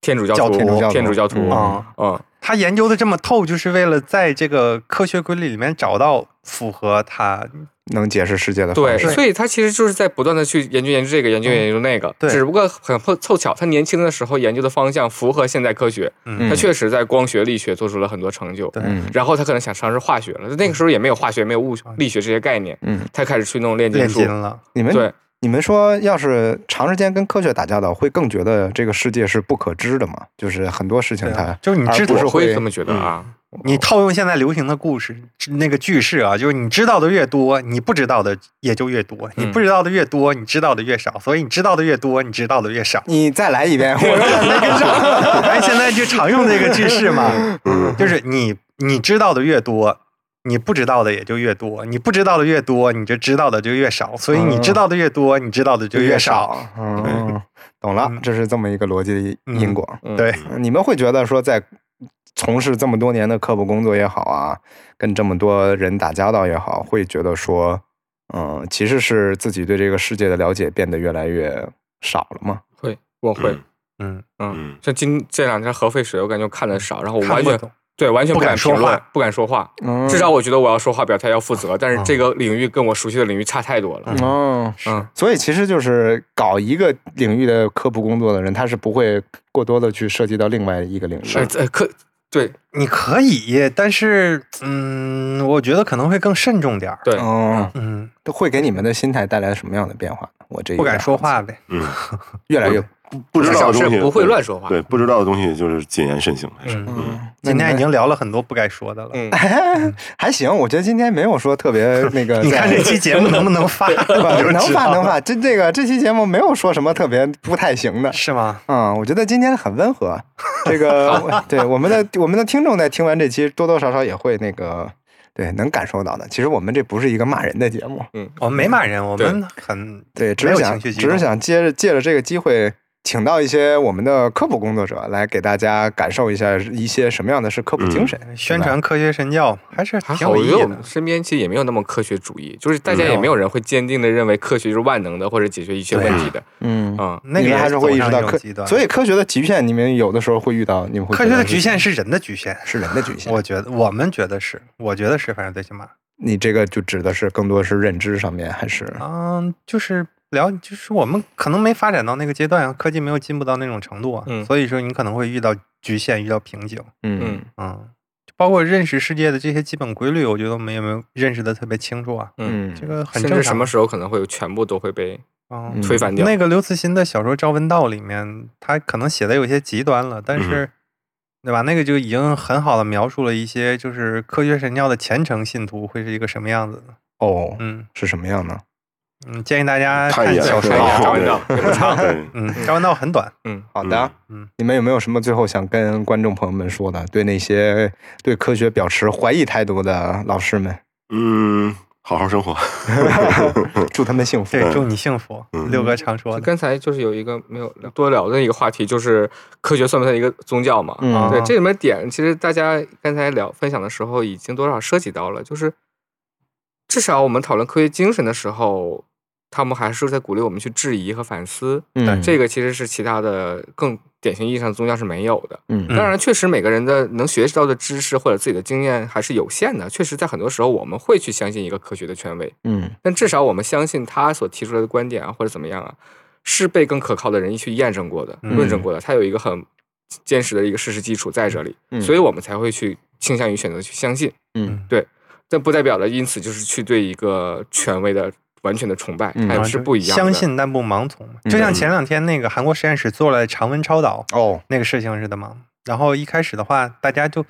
D: 天主教
C: 教
D: 徒
C: 徒
B: 教徒，啊
D: 天主教徒，
C: 嗯
D: 嗯，
C: 他研究的这么透，就是为了在这个科学规律里面找到符合他。
B: 能解释世界的
D: 对，
B: 方式
D: 所以他其实就是在不断的去研究研究这个，研究研究那个，
C: 嗯对
D: 只不过很凑凑巧，他年轻的时候研究的方向符合现代科学，
B: 嗯
D: 他确实在光学、力学做出了很多成就。
C: 对
B: 嗯
D: 然后他可能想尝试化学了，那个时候也没有化学、没有物力学这些概念，
B: 嗯，
D: 他开始去弄炼金
C: 炼
D: 术
C: 金。嗯了，
B: 你
D: 对
B: 们，你们说，要是长时间跟科学打交道，会更觉得这个世界是不可知的嘛？就是很多事情
C: 对啊
B: 它
C: 就是你嗯
B: 而
C: 知
B: 不
C: 道
B: 是
D: 我
B: 会。
D: 会这么觉得啊，
C: 你套用现在流行的故事那个句式啊，就是你知道的越多，你不知道的也就越多；你
D: 嗯
C: 不知道的越多，你知道的越少。所以你知道的越多，你知道的越少
B: 你再来一遍，我有点没跟上。
C: 哎，现在就常用这个句式嘛，
E: 嗯
C: 就是你你知道的越多，你不知道的也就越多；你不知道的越多，你就知道的就越少。所以你知道的越多，你知道的就越少。。
B: 嗯，懂了，
C: 嗯
B: 这是这么一个逻辑因果。
D: 嗯
C: 对，
B: 你们会觉得说，在从事这么多年的科普工作也好啊，跟这么多人打交道也好，会觉得说，嗯，其实是自己对这个世界的了解变得越来越少了吗？
D: 会我会，
C: 嗯，
D: 嗯
E: 嗯，
D: 像今这两天核废水，我感觉看的少，然后我
C: 看
D: 完
C: 不
D: 全
C: 懂
D: 对完全
C: 不
D: 不
C: 敢
D: 敢
C: 说
D: 评论
C: 话，
D: 不敢说话。
B: 嗯
D: 至少我觉得我要说话表态要负责，但是
C: 嗯
D: 这个领域跟我熟悉的领域差太多了。
B: 哦，
D: 嗯，
B: 所以其实就是搞一个领域的科普工作的人，他是不会过多的去涉及到另外一个领域。
D: 呃，
C: 嗯
D: 呃可对
C: 你可以，但是嗯，我觉得可能会更慎重点儿。
D: 对，
B: 哦，
C: 嗯，
B: 都会给你们的心态带来什么样的变化呢？我这一
C: 不敢
B: 代
C: 说话呗。
E: 嗯，
B: 越来越
E: 不知道的东
D: 小
E: 西
D: 事不会乱说话
E: 对，不知道的东西就是谨言慎行，还是
C: 嗯，
B: 嗯，那
C: 今
B: 你
C: 天已
B: 们
C: 经聊了很多不该说的了。
D: 嗯，
B: 还行，我觉得今天没有说特别那个在。
C: 你看这期节目能不能发？
B: 不能发能
C: 发
B: 发，这这个这期节目没有说什么特别不太行的，
C: 是吗？
B: 嗯，我觉得今天很温 和，这个对我们的我们的听众在听完这期多多少少也会那个对能感受到的。其实我们这不是一个骂人的节目，
C: 我们没骂人，我
D: 对
C: 们很
B: 对，只
C: 没
B: 是
C: 有
B: 想
C: 情绪激
B: 只
C: 动
B: 是想接着借着这个机会，请到一些我们的科普工作者来给大家感受一下一些什么样的是科普精神，
C: 宣
B: 对吧
C: 传科学神教，还是
D: 还
C: 挺
D: 好，
C: 有
D: 我
C: 意
D: 觉得
C: 义
D: 我
C: 的嗯哦
D: 们。身边其实也没有那么科学主义，就是大家也没有人会坚定的认为科学是万能的或者解决一切问题的。
B: 嗯。
D: 嗯，
C: 哦那
B: 你
C: 个
B: 们还是会意识到科
C: 科，极端，
B: 所以科学的局限，你们有的时候会遇到，你们会
C: 科
B: 觉
C: 学
B: 得
C: 的
B: 是
C: 局限是人的局限。
B: 是人的局限。
C: 我觉得，我们觉得是，我觉得是，反正最起码，
B: 你这个就指的是更多是认知上面，还是
C: 嗯，就是聊，就是我们可能没发展到那个阶段啊，科技没有进步到那种程度啊，
D: 嗯
C: 所以说你可能会遇到局限，遇到瓶颈，
D: 嗯
C: 嗯，就包括认识世界的这些基本规律，我觉得我们也没有认识的特别清楚啊，
D: 嗯
B: 嗯
C: 这个很
D: 甚
C: 正
D: 至什
C: 常
D: 么。时候可能会有全部都会被
C: 哦
B: 嗯
D: 推翻掉。
C: 那个刘慈欣的小说《朝闻道》里面，他可能写的有些极端了，
D: 嗯
C: 但是，对吧？那个就已经很好的描述了一些，就是科学神教的虔诚信徒会是一个什么样子的。
B: 哦，
C: 嗯
B: 是什么样呢？
C: 嗯，建议大家
E: 看
C: 看
E: 一眼
C: 小
E: 是
C: 说
E: 吧
D: 看一眼
C: 啊。
D: 朝
E: 对
D: 闻道也 不长
E: 对
C: 嗯，《朝闻道》很短，
D: 嗯，
B: 好的，
C: 嗯嗯
B: 你们有没有什么最后想跟观众朋友们说的？对那些对科学表示怀疑态度的老师们，
E: 嗯，好好生活。
B: 祝他们幸福。
C: 对，祝你幸福。
E: 嗯
C: 六哥常说
D: 就
C: 的，
D: 刚才就是有一个没有聊多聊的一个话题，就是科学算不算一个宗教嘛？
B: 嗯
D: 对
C: 啊
D: 这里面点，其实大家刚才聊分享的时候已经多少涉及到了，就是至少我们讨论科学精神的时候，他们还是在鼓励我们去质疑和反思。
B: 嗯
D: 这个其实是其他的更典型意义上的宗教是没有的。
B: 嗯
C: 嗯
D: 当然，确实每个人的能学习到的知识或者自己的经验还是有限的。确实，在很多时候我们会去相信一个科学的权威，
B: 嗯
D: 但至少我们相信他所提出来的观点啊，或者怎么样啊，是被更可靠的人去验证过的、
C: 嗯
D: 论证过的，他有一个很坚实的一个事实基础在这里，
B: 嗯
D: 所以我们才会去倾向于选择去相信。
B: 嗯
D: 但不代表了，因此就是去对一个权威的完全的崇拜，
B: 嗯
D: 它也
C: 啊
D: 是
C: 就
D: 不一样的。嗯
C: 相信但不盲从嘛。就像前两天那个韩国实验室做了长文超导，
B: 哦，
C: 那个事情似的嘛。然后一开始的话，大家就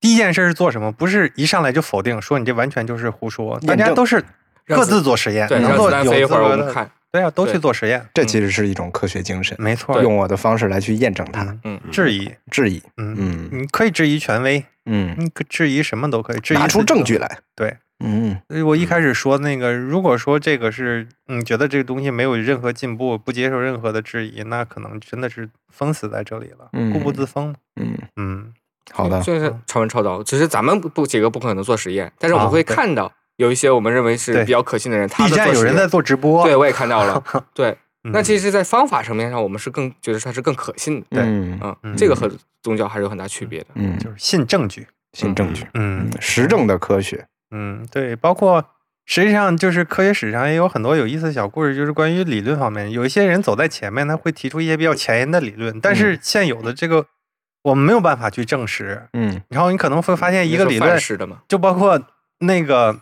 C: 第一件事是做什么？不是一上来就否定，说你这完全就是胡说，
B: 验
C: 大家
B: 证
C: 都是
D: 让
C: 各
D: 子
C: 自做实验，
D: 对，
C: 能
D: 让
C: 够
D: 子
C: 有
D: 弹飞一
C: 资
D: 会儿我
C: 格
D: 们
C: 的，
D: 看。
C: 对啊，都去
D: 对
C: 做实验，
B: 这其实是一种科学精神，
C: 没错，
B: 用我的方式来去验证它，
C: 嗯
D: 嗯，
C: 质疑，
B: 质疑。
C: 嗯，
B: 嗯
C: 你可以质疑权威，
B: 嗯，
C: 你可质疑什么都可以，质疑
B: 拿出
C: 自己
B: 证
C: 的
B: 据。来。
C: 对，
B: 嗯
C: 所以我一开始说那个，如果说这个是嗯，觉得这个东西没有任何进步，不接受任何的质疑，那可能真的是封死在这里了，固步
B: 嗯
C: 自封。
B: 嗯，
C: 嗯，
B: 好的。
D: 就是超文超导，只是咱们不不几个不可能做实验，但是我们
C: 啊
D: 会
C: 对
D: 看到有一些我们认为是
C: 对
D: 比较可信的人，他
C: B
D: 在
C: 站
D: 做
C: 有
D: 实
C: 人
D: 验
C: 在做直播，
D: 对，我也看 到了。对，那
C: 嗯
D: 其实，在方法层面上，我们是更觉得它是更可信的。
B: 嗯
D: 嗯，
C: 嗯
D: 这个和宗教还是有很大区别的。
B: 嗯，
C: 就是信证据。
B: 新证据。
C: 嗯
B: 嗯，实证的科学。
C: 嗯，对，包括实际上就是科学史上也有很多有意思的小故事，就是关于理论方面，有一些人走在前面，他会提出一些比较前沿的理论，但是现有的这个我们没有办法去证实。
B: 嗯
C: 然后你可能会发现一个理
D: 你是
C: 论
D: 范，式的嘛，
C: 就包括那个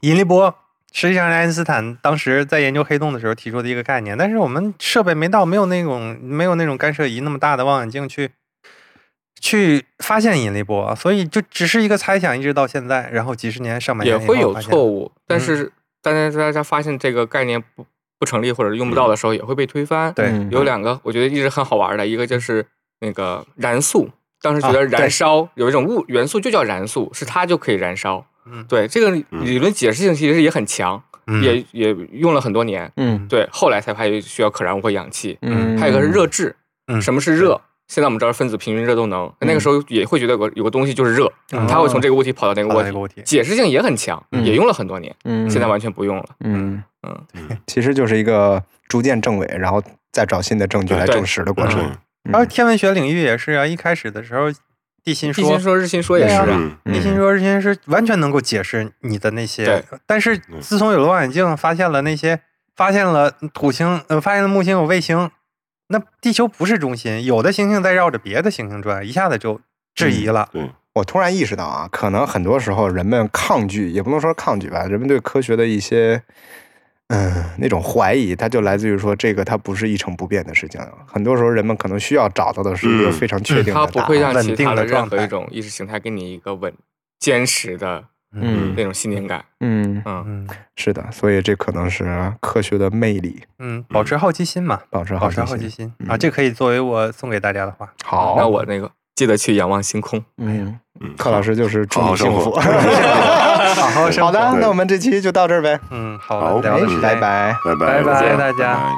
C: 引力波，实际上是爱因斯坦当时在研究黑洞的时候提出的一个概念，但是我们设备没到，没有那种没有那种干涉仪那么大的望远镜去去发现引力波，所以就只是一个猜想，一直到现在，然后几十年、上百
D: 也
C: 年以
D: 会
C: 后
D: 有
C: 发现嗯
D: 错，误，但是当大家大家发现这个概念不不成立或者用不到的时候，也会被推翻。
C: 对
B: 嗯
D: 有两个我觉得一直很好玩的，一个就是那个燃素。当时觉得
C: 啊对
D: 燃烧有一种物元素就叫燃素，是它就可以燃烧。
C: 嗯
D: 对这个理论解释性其实也很强，
C: 嗯
D: 也也用了很多年。
B: 嗯
D: 对，后来才发现需要可燃物和氧气。
B: 嗯，
D: 还有一个是热质，
C: 嗯
D: 什么是热？现在我们知道是分子平均热动能，那个时候也会觉得有个有个东西就是热，它会从这个物体跑到那个
C: 哦跑到
D: 物
C: 那
D: 体，
C: 个物体
D: 解释性也很强，
B: 嗯
D: 也用了很多年，
B: 嗯，
D: 现在完全不用了。
B: 嗯
D: 嗯
E: 嗯
B: 其实就是一个逐渐证伪，然后再找新的证据来
D: 对嗯
B: 证实的过
E: 对
B: 程。
C: 然后天文学领域也是啊，一开始的时候地心
D: 地心
C: 说。
D: 说、日心说也
C: 对
D: 是
C: 啊
D: 啊，
E: 嗯
C: 地心说，日心说完全能够解释你的那些
D: 对，
C: 但是
B: 嗯
C: 自从有了望远镜，发现了那些，发现了土星，呃，发现了木星有卫星，那地球不是中心，有的行星在绕着别的行星转，一下子就质疑了。
E: 对，
B: 我突然意识到啊，可能很多时候人们抗拒，也不能说抗拒吧，人们对科学的一些，嗯，那种怀疑，它就来自于说这个它不是一成不变的事情。很多时候人们可能需要找到的是一个
E: 嗯
B: 非常确定
D: 它
B: 的
D: 不
B: 答
D: 会
B: 案。
D: 让其
C: 稳定
D: 他
C: 的
D: 的任
C: 状
D: 何一
C: 态
D: 种意识形态给你一个稳坚实的
B: 嗯
D: 那种信念感。
B: 嗯，
D: 嗯，
C: 嗯
B: 是的，所以这可能是科学的魅力，
C: 嗯，保持好奇心嘛，
B: 保持
C: 保
B: 好
C: 持
B: 奇
C: 好奇
B: 心。
C: 心
B: 嗯
C: 啊，这可以作为我送给大家的话。
B: 好，
C: 嗯
D: 那我那个记得去仰望星空。
B: 嗯，
E: 嗯
B: 克老师就是祝
E: 好
B: 你
E: 好
B: 幸
E: 生
B: 福。
E: 活
C: 好好生
B: 好
C: 活。
B: 的，
E: 对
B: 那我们这期就到这儿呗。
C: 嗯，好
E: 好
C: 的，聊
B: 哎
C: 的是
B: 拜拜。
E: 拜拜
C: 拜拜大家
E: 拜拜